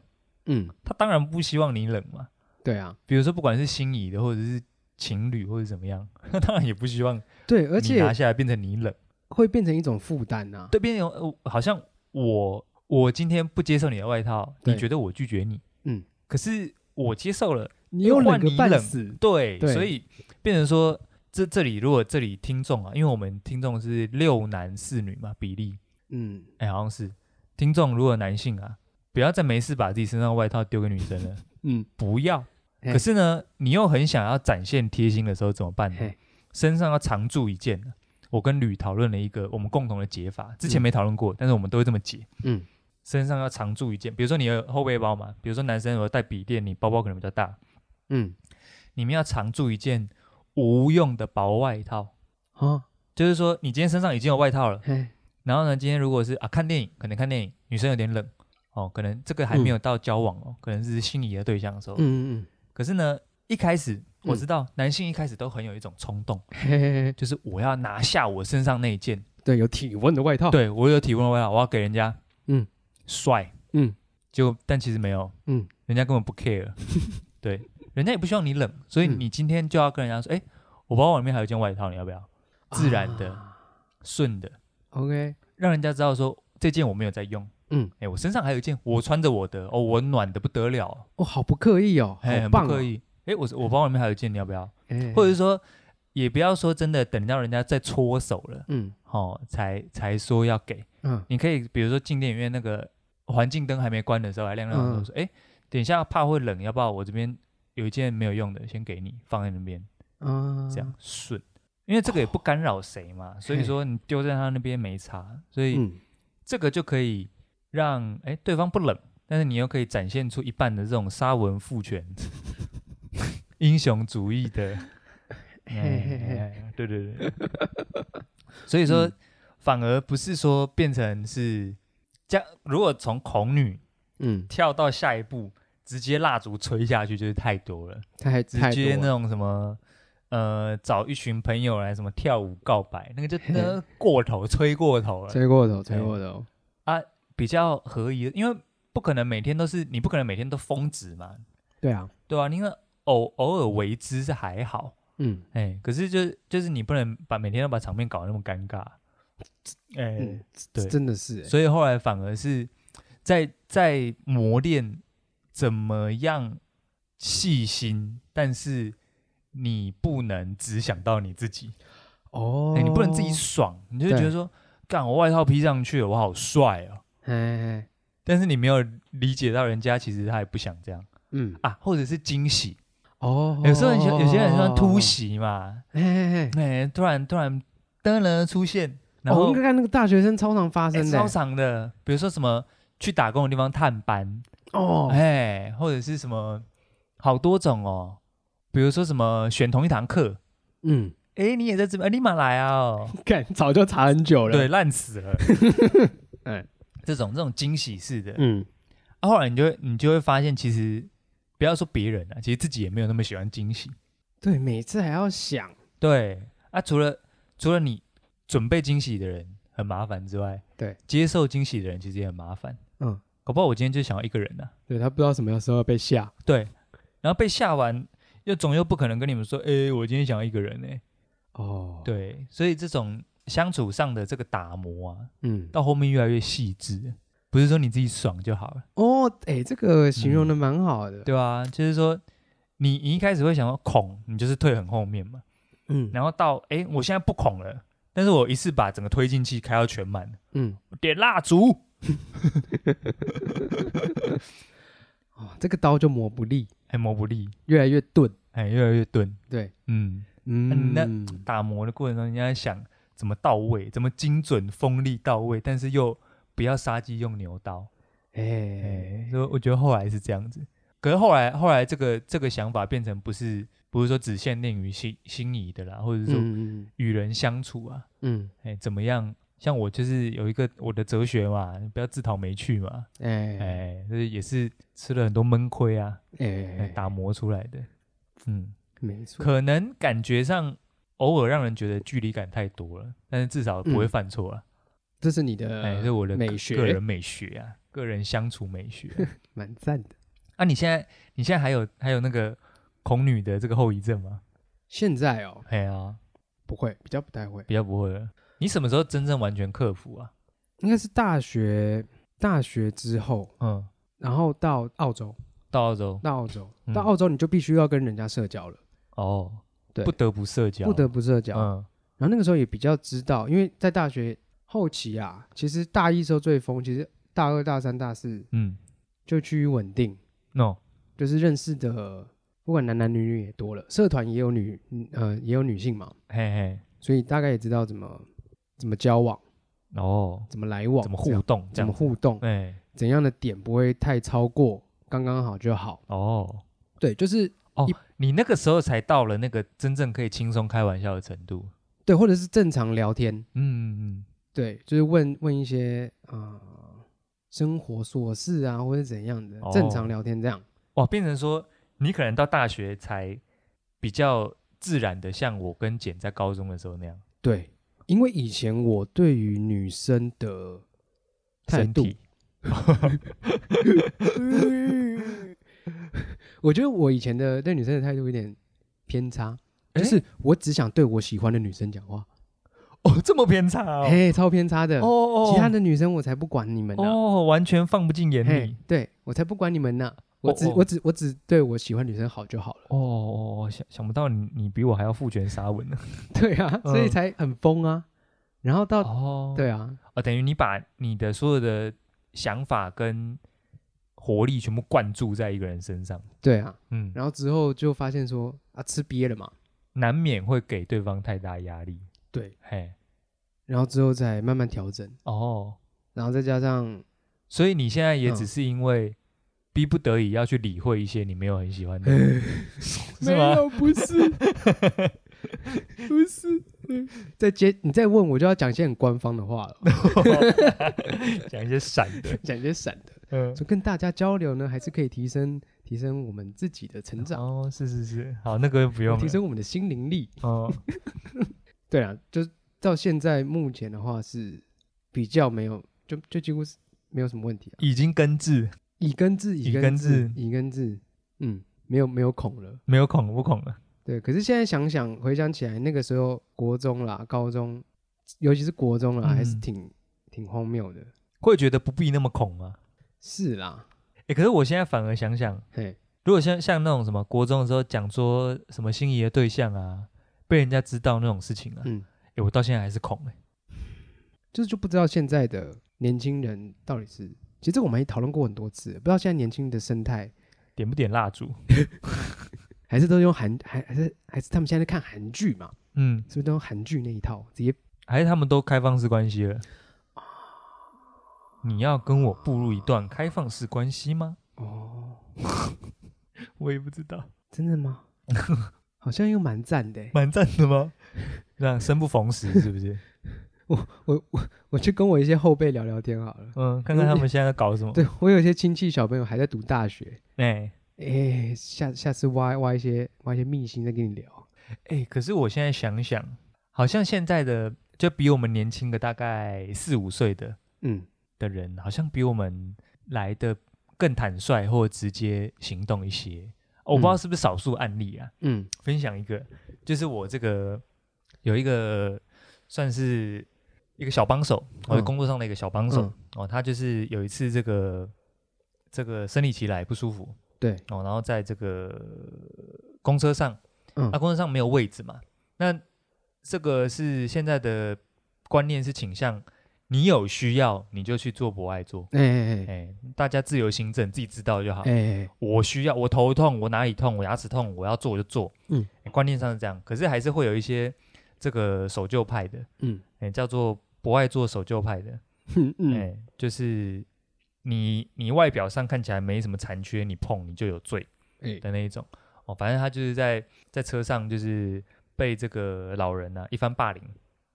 C: 嗯，
A: 她当然不希望你冷嘛。
C: 对啊，
A: 比如说不管是心仪的或者是情侣或者怎么样， 她当然也不希望
C: 对，而
A: 你
C: 且
A: 拿下来变成你冷。
C: 会变成一种负担啊呐。
A: 对边有、呃好像我我今天不接受你的外套，你
C: 对
A: 觉得我拒绝你，
C: 嗯，
A: 可是我接受了，
C: 你
A: 又
C: 又冷
A: 换
C: 个
A: 你
C: 半
A: 冷
C: 死，
A: 对，
C: 对
A: 所以变成说这这里如果这里听众啊，因为我们听众是六男四女嘛比例，
C: 嗯，
A: 哎、好像是听众如果男性啊，不要再没事把自己身上的外套丢给女生了，
C: 嗯，
A: 不要。
C: 嘿
A: 可是呢，你又很想要展现贴心的时候怎么办呢
C: 嘿？
A: 身上要常驻一件呢。我跟吕讨论了一个我们共同的解法，之前
C: 嗯
A: 没讨论过，但是我们都会这么解。
C: 嗯，
A: 身上要常驻一件，比如说你有后背包嘛，比如说男生有带笔电，你包包可能比较大，
C: 嗯，
A: 你们要常驻一件无用的薄外套。
C: 哦，
A: 就是说，你今天身上已经有外套了，
C: 嘿，
A: 然后呢，今天如果是啊看电影，可能看电影，女生有点冷哦，可能这个还没有到交往哦，可能是心仪的对象的时候。
C: 嗯嗯
A: 可是呢，一开始我知道、男性一开始都很有一种冲动，
C: 嗯，嘿嘿嘿，
A: 就是我要拿下我身上那一件，
C: 对，有体温的外套，，
A: 对我有体温的味道，我要给人家，
C: 哦嗯，
A: 帅，
C: 嗯，
A: 就但其实没有，
C: 嗯，
A: 人家根本不 care，对，人家也不希望你冷，所以
C: 嗯
A: 你今天就要跟人家说，哎、我包包里面还有一件外套，你要不要？
C: 啊
A: 自然的顺的，
C: ，OK，
A: 让人家知道说这件我没有在用，
C: 嗯，
A: 哎、我身上还有一件，我穿着我的，哦，我暖的不得了，
C: 哦，好不刻意哦，
A: 哎、
C: 好
A: 很不
C: 棒，
A: 刻，意，哎、我我包包里面还有一件，你要不要？
C: 哎，
A: 或者是说，也不要说真的等到人家再搓手了，
C: 嗯
A: 哦，才才说要给。
C: 嗯
A: 你可以比如说进电影院那个环境灯还没关的时候，还亮亮的时候
C: 嗯
A: 说，哎、等一下怕会冷，要不要我这边有一件没有用的，先给你放在那边，
C: 啊，
A: 这样，顺。因为这个也不干扰谁嘛，所以说你丢在他那边没差，所以
C: 嗯，
A: 这个就可以让哎对方不冷，但是你又可以展现出一半的这种沙文父权 英雄主义的
C: 嘿嘿嘿
A: 哎对对对。所以说，
C: 嗯
A: 反而不是说变成是这样。如果从恐女
C: 嗯，
A: 跳到下一步，直接蜡烛吹下去，就是太多了。
C: 太
A: 直
C: 太
A: 接那
C: 多了，
A: 种什么，呃，找一群朋友来什么跳舞告白，那个 就
C: 嘿
A: 那个过头，吹过头了。
C: 吹过头，吹
A: 哎
C: 过头，
A: 比较合宜，因为不可能每天都是，你不可能每天都峰值嘛，
C: 对啊，
A: 对吧、啊？因为偶偶尔为之是还好，
C: 嗯，
A: 哎、可是就是就是你不能把每天都把场面搞得那么尴尬，哎、
C: 嗯
A: 对
C: 真的是，
A: 所以后来反而是在在磨练怎么样细心，但是你不能只想到你自己，
C: 哦
A: 哎、，你不能自己爽，你就会觉得
C: 对
A: 说，干我外套披上去了，我好帅哦，
C: 哎，哎，哎
A: 但是你没有理解到人家其实他也不想这样
C: 嗯，
A: 啊，或者是惊喜，
C: 哦，
A: 有时候你喜欢有些人喜欢突
C: 袭，
A: 袭嘛，
C: 哎哎哎，
A: 哎、突然突然噔噔出现，然
C: 哦
A: 后、
C: 我们看那个大学生超常发
A: 欸
C: 生
A: 超
C: 的，
A: 长的，比如说什么去打工的地方探班，
C: 哦，
A: 哎、或者是什么好多种哦，比如说什么选同一堂课，
C: 嗯，
A: 哎，你也在这边，哎你马来啊、 哦，
C: 看早就查很久了。
A: 对，，烂死 了，
C: 哎，
A: 这种这种惊喜式的，
C: 嗯，
A: 啊，后来你就会你就会发现，其实不要说别人啊，其实自己也没有那么喜欢惊喜。
C: 对，每次还要想，
A: 对啊，除了除了你准备惊喜的人很麻烦之外，
C: 对，
A: 接受惊喜的人其实也很麻烦。
C: 嗯，
A: 搞不好我今天就想要一个人啊，
C: 对他不知道什么时候被吓，
A: 对，然后被吓完，又总又不可能跟你们说，哎、我今天想要一个人呢、欸
C: 哦，，
A: 对，所以这种相处上的这个打磨啊，
C: 嗯，
A: 到后面越来越细致，不是说你自己爽就好了，
C: 哦，哎，这个形容的蛮好的，
A: 嗯对吧、就是说你你一开始会想要恐，你就是退很后面嘛，
C: 嗯
A: 然后到哎、诶我现在不恐了，但是我一次把整个推进器开到全满，
C: 嗯，
A: 我点蜡烛，
C: 哦，这个刀就磨不利，
A: 哎、磨不利，
C: 越来越钝，
A: 哎、越来越钝，
C: 对，
A: 嗯，
C: 嗯，
A: 那打磨的过程中，你要想怎么到位，怎么精准锋利到位，但是又不要杀鸡用牛刀，哎、
C: 哎，
A: 所以我觉得后来是这样子，可是后来后来这个这个想法变成不是不是说只限定于心心仪的啦，或者是说
C: 嗯
A: 与人相处啊，
C: 嗯，
A: 哎、怎么样？像我就是有一个我的哲学嘛，不要自讨没趣嘛，
C: 哎哎
A: 哎，这也是吃了很多闷亏啊，哎
C: 哎，
A: 打磨出来的。嗯，
C: 没错，
A: 可能感觉上偶尔让人觉得距离感太多了，但是至少不会
C: 嗯
A: 犯错啊。
C: 这是你
A: 哎，这
C: 的
A: 是我的
C: 美
A: 个
C: 学
A: 个人美学啊，个人相处美学啊。
C: 蛮赞的。
A: 啊，你现在你现在还有还有那个恐女的这个后遗症吗？
C: 现在哦，
A: 哎呀，
C: 不会，比较不太会，
A: 比较不会了。你什么时候真正完全克服啊？
C: 应该是大学大学之后，
A: 嗯，
C: 然后到澳洲，
A: 到澳洲
C: 到澳洲，
A: 嗯
C: 到澳洲你就必须要跟人家社交了，
A: 哦，
C: 对
A: 不得不社交，
C: 不得不社交。
A: 嗯
C: 然后那个时候也比较知道，因为在大学后期啊，其实大一时候最疯，其实大二、大三、大四
A: 嗯
C: 就趋于稳定，
A: ，no，
C: 就是认识的不管男男女女也多了，社团也有女呃也有女性嘛，
A: 嘿嘿，
C: 所以大概也知道怎么怎么交往、
A: 哦，
C: 怎么来往、
A: 怎么
C: 这
A: 互
C: 样
A: 动？这
C: 怎
A: 样
C: 么
A: 子
C: 互动，
A: 哎，
C: 怎样的点不会太超过刚刚好就好。
A: 哦，
C: 对，就是
A: 你那个时候才到了那个真正可以轻松开玩笑的程度。
C: 对，或者是正常聊天，
A: 嗯嗯
C: 对，就是问问一些啊、呃生活琐事啊，或者怎样的、
A: 哦
C: 正常聊天这样。
A: 哇，变成说你可能到大学才比较自然的，像我跟简在高中的时候那样，
C: 对，因为以前我对于女生的态
A: 身
C: 度，
A: 体
C: 我觉得我以前的对女生的态度有点偏差，
A: 诶
C: 就是我只想对我喜欢的女生讲话，
A: 哦，这么偏差哦，
C: 嘿，超偏差的。
A: 哦哦，
C: 其他的女生我才不管你们呢、
A: 哦，完全放不进眼
C: 嘿
A: 里。，
C: 对我才不管你们呢、我只、
A: 哦哦
C: 我只我只对我喜欢女生好就好了。
A: 哦哦哦，想想不到你你比我还要父权沙文呢。
C: 对啊，所以
A: 嗯
C: 才很疯啊。然后到、
A: 哦，
C: 对啊，
A: 哦，等于你把你的所有的想法跟活力全部灌注在一个人身上，
C: 对啊，
A: 嗯，
C: 然后之后就发现说啊，吃瘪了嘛。
A: 难免会给对方太大压力。
C: 对，
A: 嘿，
C: 然后之后再慢慢调整，
A: 哦，
C: 然后再加上
A: 所以你现在也
C: 嗯
A: 只是因为逼不得已要去理会一些你没有很喜欢的 人，是
C: 没
A: 吗？
C: 有，不 是，不是。嗯再接你再问我就要讲一些很官方的话了，
A: 讲一些闪的，
C: 讲一些闪的，
A: 嗯，
C: 说跟大家交流呢，还是可以提升提升我们自己的成长，
A: 哦，是是是，好，那个不用
C: 提
A: 了，
C: 升我们的心灵力。
A: 哦，
C: 对啊，就到现在目前的话是比较没有，就就几乎是没有什么问题啊。
A: 已经根治，
C: 以根治，
A: 以
C: 以
A: 根
C: 根治
A: 治，
C: 以根治，嗯，没有没有恐了。
A: 没有恐不恐了，
C: 对，可是现在想想，回想起来，那个时候国中啦、高中，尤其是国中啦，还是
A: 嗯
C: 挺挺荒谬的。
A: 会觉得不必那么恐吗？欸
C: 是啦，
A: 诶，可是我现在反而想想，
C: 嘿，
A: 如果像像那种什么国中的时候讲说什么心仪的对象啊，被人家知道那种事情啊，
C: 嗯，
A: 诶，我到现在还是恐欸诶。
C: 就是就不知道现在的年轻人到底是，其实这个我们也讨论过很多次，不知道现在年轻的生态，
A: 点不点蜡烛？
C: 还是都用韩，还还是还是他们现在在看韩剧嘛，
A: 嗯，
C: 是不是都用韩剧那一套，直接
A: 还是他们都开放式关系了？啊你要跟我步入一段开放式关系吗？
C: 哦，
A: 我也不知道。
C: 真的吗？好像又蛮赞的欸。
A: 蛮赞的 吗？这样生不逢时是不是？
C: 我去跟我一些后辈聊聊天好了。
A: 嗯，看看他们现在在搞什么。
C: 对我有一些亲戚小朋友还在读大学，
A: 哎
C: 哎，下下次挖挖一些挖一些秘辛再跟你聊。
A: 哎，可是我现在想想，好像现在的就比我们年轻个大概四五岁的
C: 嗯，
A: 的人，好像比我们来的更坦率或直接行动一些。哦我不知道
C: 嗯
A: 是不是少数案例啊，
C: 嗯
A: 分享一个，就是我这个有一个算是一个小帮手，我的
C: 嗯
A: 工作上的一个小帮手、
C: 嗯
A: 哦，他就是有一次这个这个生理期来不舒服
C: 对，
A: 哦，然后在这个公车上，啊
C: 嗯
A: 那、公车上没有位置嘛，那这个是现在的观念是倾向，你有需要你就去做博爱做，
C: 哎哎哎
A: 哎，大家自由行政，自己知道就好。
C: 哎哎，
A: 我需要，我头痛，我哪里痛，我牙齿痛，我要做我就做。
C: 嗯
A: 嗯，观念上是这样，可是还是会有一些这个守旧派的，
C: 嗯
A: 哎、叫做不爱做守旧派的，哎、
C: 嗯嗯，
A: 就是你你外表上看起来没什么残缺，你碰你就有罪
C: 哎
A: 的那一种。哦，反正他就是在在车上就是被这个老人啊一番霸凌，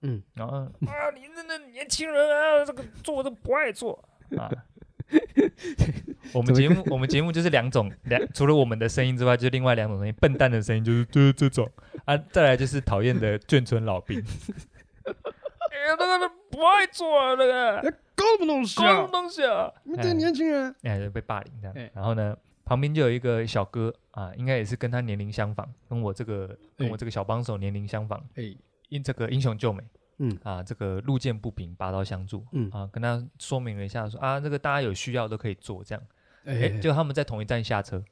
C: 嗯，
A: 然 后啊你那那年轻人啊，这个做都不爱做啊。 我们
C: 怎么
A: 节目，我们节目就是两种，两除了我们的声音之外，就是另外两种声音。笨蛋的声音就是就是这种啊，再来就是讨厌的眷村老兵。哎呀，那个不爱做啊，那 个
C: 搞什么东西
A: 搞什么？东西啊？
C: 你
A: 这年
C: 轻人，
A: 哎，就被霸凌这
C: 哎
A: 样。然后呢，旁边就有一个小哥啊，应该也是跟他年龄相仿，跟我这个跟我
C: 哎
A: 这个小帮手年龄相仿，
C: 哎
A: 因这个英雄救美，
C: 嗯
A: 啊，这个路见不平拔刀相助，
C: 嗯
A: 啊，跟他说明了一下说啊，这个大家有需要都可以做这样，哎、
C: 哎，
A: 就他们在同一站下车，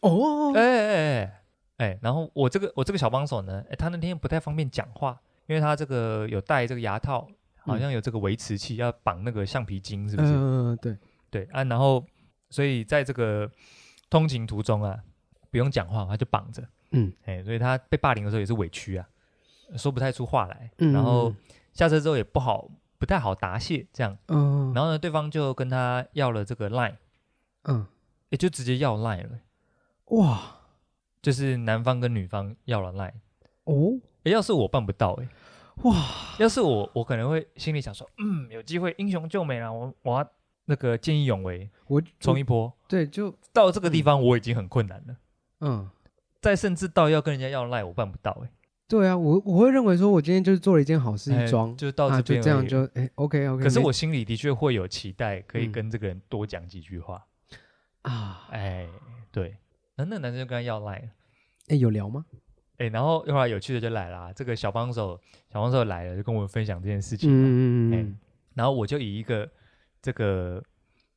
C: 哦
A: 哎哎哎哎哎，然后我这个我这个小帮手呢，哎，他那天不太方便讲话，因为他这个有戴这个牙套，好
C: 嗯
A: 像有这个维持器，要绑那个橡皮筋，是不是？
C: 嗯对，
A: 对啊，然后所以在这个通勤途中啊，不用讲话，他就绑着，
C: 嗯
A: 哎，所以他被霸凌的时候也是委屈啊，说不太出话来，
C: 嗯，
A: 然后下车之后也不好，不太好答谢这样。
C: 嗯，
A: 然
C: 后
A: 后呢，对方就跟他要了这个 line，
C: 嗯
A: 也就直接要 line 了，
C: 哇
A: 就是男方跟女方要了 line。
C: 哦
A: 诶要是我办不到、诶
C: 哇
A: 要是我，我可能会心里想说，嗯，有机会英雄救美了，我我要那个见义勇为，
C: 我
A: 冲一波。
C: 对就
A: 到这个地方我已经很困难了，
C: 嗯。
A: 再甚至到要跟人家要 line，我办不到、诶
C: 对啊，我我会认为说，我今天就是做了一件好事，
A: 哎
C: 一桩，
A: 就到
C: 啊，
A: 这
C: 就
A: 边、
C: 这样。就哎，OK OK。
A: 可是我心里的确会有期待，可以
C: 嗯
A: 跟这个人多讲几句话。
C: 啊，
A: 哎，对，那那个男生就跟他要 line 了。
C: 哎，有聊吗？
A: 哎、然后后来有趣的就来啦，这个小帮手，小帮手来了，就跟我们分享这件事情嘛。
C: 嗯嗯
A: 哎
C: 嗯
A: 然后我就以一个这个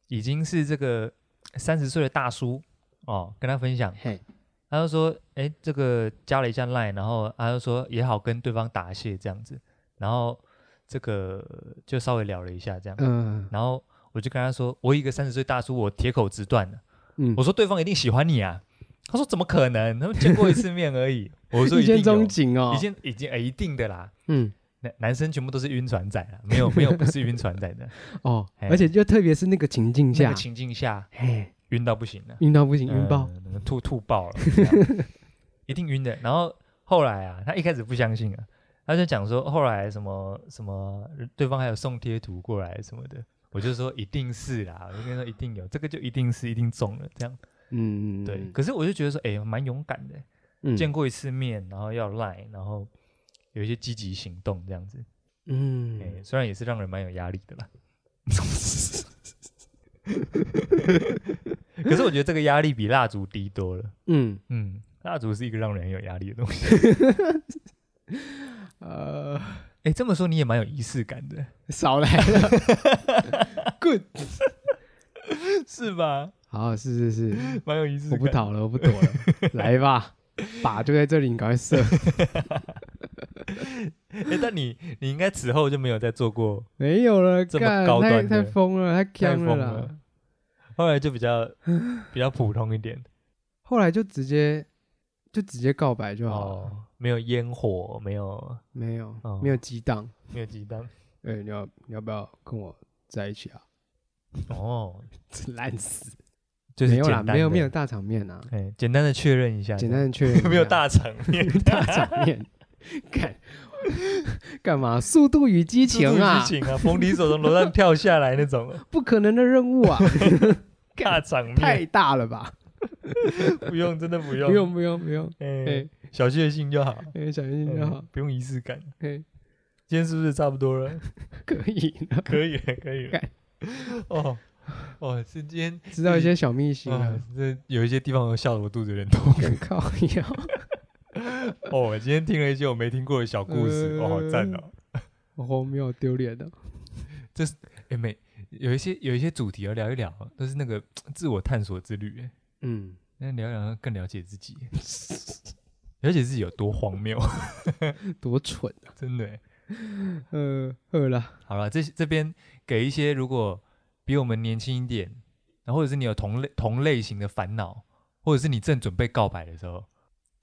A: 已经是这个三十岁的大叔哦，跟他分享
C: 嗯，，嘿，
A: 他就说，哎、这个加了一下 line，然后他就说也好跟对方答谢这样子，然后这个就稍微聊了一下这样，
C: 嗯
A: 然后我就跟他说，我以一个三十岁大叔，我铁口直断的，
C: 嗯
A: 我，说对方一定喜欢你啊，他说怎么可能，他们见过一次面而已，我说
C: 一
A: 一定
C: 见钟
A: 有。
C: 情哦
A: 已，经已经、哎一定的啦，
C: 嗯
A: 男男生全部都是晕船仔啦，没有没有不是晕船仔 的，
C: 哦，
A: 哎
C: 而且就特别是那个情境
A: 那
C: 下
A: 个，情境下
C: 嘿，
A: 晕到不行了，
C: 晕到不行，晕爆，
A: 呃，那个吐吐爆了， 这样一定晕的。然后后来啊，他一开始不相信啊，他就讲说后来什么什么，对方还有送贴图过来什么的。我就说一定是啦，我就跟他说一定有，这个就一定是一定中了这样。
C: 嗯，
A: 对，可是我就觉得说，哎、蛮勇敢的，
C: 嗯
A: 见过一次面，然后要赖，然后有一些积极行动这样子。哎、
C: 嗯，
A: 虽然也是让人蛮有压力 的啦。可是我觉得这个压力比蜡烛低多了。
C: 嗯，
A: 嗯，蜡烛是一个让人很有压力的东西。
C: 呃，
A: 哎、这么说你也蛮有仪式感的，
C: 少来了，good，
A: 是吧？
C: 好，是是 是，
A: 蛮有仪式
C: 我
A: 感。
C: 不逃了，我不躲了，来吧，靶就在这里，你赶快射，
A: 哎、但你你应该此后就没有再做过，
C: 没有了，
A: 这么
C: 干
A: 高
C: 太
A: 端
C: 太
A: 的
C: 疯了，太
A: 太
C: 强
A: 疯
C: 了啦。
A: 了。后来就比较比较普通一点
C: 后来就直接就直接告白就好了，
A: 哦，没有烟火，没有
C: 没有、
A: 哦
C: 没有激荡。
A: 没有鸡蛋
C: 哎、你 要你要不要跟我在一起啊？
A: 哦，
C: 烂死！
A: 就是
C: 没有啦，
A: 简单
C: 没有
A: 的
C: 没有，大场面啊，
A: 哎，简单的确认一下，
C: 简 单的确认一下
A: 有没有 大场面？
C: 大场面，干干嘛？速度与激情啊
A: 激，情 啊，冯迪手从楼上跳下来那种
C: 不可能的任 务啊， 干
A: 大场面，
C: 太大了吧？
A: 不用，真的不用，
C: 不用不用不用，
A: 哎
C: 哎，
A: 小确幸就好，
C: 哎，小心就好
A: 嗯，不用仪式感。
C: 哎，
A: 今天是不是差不多了？
C: 可以了，
A: 可以了，可以了
C: 干。
A: 哦，哦，是今 天
C: 知道一些小秘辛
A: 哦
C: 啊，，
A: 这有一些地方我笑得我肚子有点痛。
C: 更靠腰。
A: 哦，我今天听了一些我没听过的小故
C: 嗯
A: 事，哦，好赞哦！
C: 好荒谬丢脸的，
A: 哎，每有一些有一些主题要聊一聊，都是那个自我探索之旅，哎
C: 嗯，
A: 那聊一聊更了解自 己，了解自己有多荒谬，
C: 多蠢啊！
A: 真的。哎
C: 呃，饿了，
A: 好了，这这边给一些如果比我们年轻一点，然后或者是你有同类同类型的烦恼，或者是你正准备告白的时候，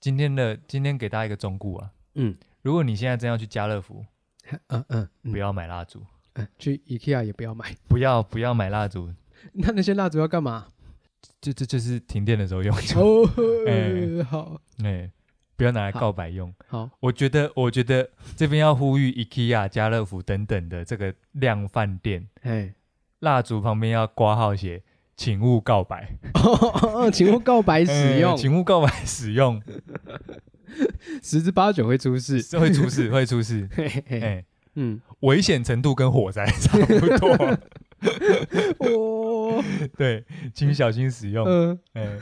A: 今天的今天给大家一个忠告啊，
C: 嗯，
A: 如果你现在真要去家乐福，
C: 嗯嗯，
A: 不
C: 不，
A: 要买蜡烛，
C: 嗯去 IKEA 也不要买。
A: 不要不要买蜡烛，
C: 那那些蜡烛要干 嘛？
A: 就这就是停电的时候用，
C: 哦，
A: 哎
C: 好
A: 哎、不要拿来
C: 好
A: 告白用。
C: 好，
A: 我觉得，我觉得这边要呼吁 IKEA、家乐福等等的这个量贩店，
C: 哎，
A: 蜡烛旁边要挂号写“请勿告白”。
C: 请勿告白
A: 哎
C: 使 用，
A: 请勿告白使 用，
C: 十之八九会出事。
A: 是会出 事，会出事。
C: 嘿嘿
A: 哎、
C: 嘿，嗯，
A: 危险程度跟火灾 差不 多。
C: 哦，
A: 对，请小心使用。
C: 嗯，
A: 哎、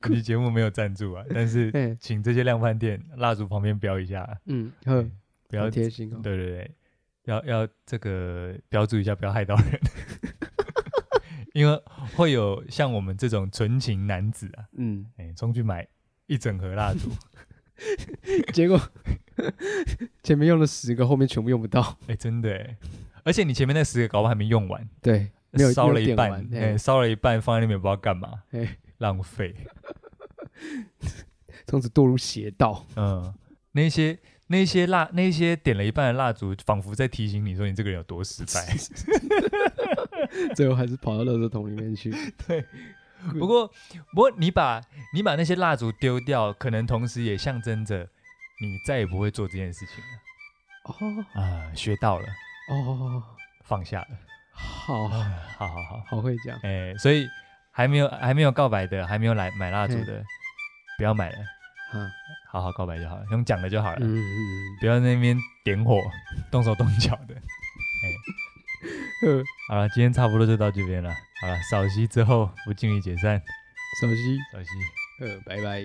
A: 本期节目没有赞助啊，但 是
C: 哎，
A: 请这些量贩店蜡烛旁边标一下，
C: 嗯，呵，
A: 不要
C: 好贴心哦。
A: 对对对，要要这个标注一下，不要害到 人，因为会有像我们这种纯情男子啊，
C: 嗯，
A: 哎、冲去买一整盒蜡烛，
C: 结果 前面用了十个，后面全部用不到。
A: 哎、真的、哎，而且你前面那十个搞不好还没用完，
C: 对，没有
A: 烧了
C: 没有
A: 一
C: 点
A: 半
C: 完，
A: 哎、
C: 哎
A: 烧了一半放在那边不知道干嘛，
C: 哎，
A: 浪费。
C: 从此堕入邪 道。
A: 嗯，那些那些蜡那些点了一半的蜡烛，仿佛在提醒你说你这个人有多失 败。
C: 最后还是跑到垃圾桶里 面去。
A: 不过，不过你把你把那些蜡烛丢掉，可能同时也象征着你再也不会做这件事情了
C: 哦
A: 啊，学到了，
C: 哦，
A: 放下了，
C: 好
A: 啊，好好好，
C: 好会讲，
A: 哎、所以还没有还没有告白的，还没有来买蜡烛的，不要买了，
C: 啊，
A: 好好告白就好了，用讲的就好了，
C: 嗯嗯嗯
A: 不要在那边点火， 动手动脚的。
C: 嗯，呃
A: 好了，今天差不多就到这边了。好了，扫息之后不敬礼解散，
C: 首席，
A: 扫息。
C: 呃，拜拜。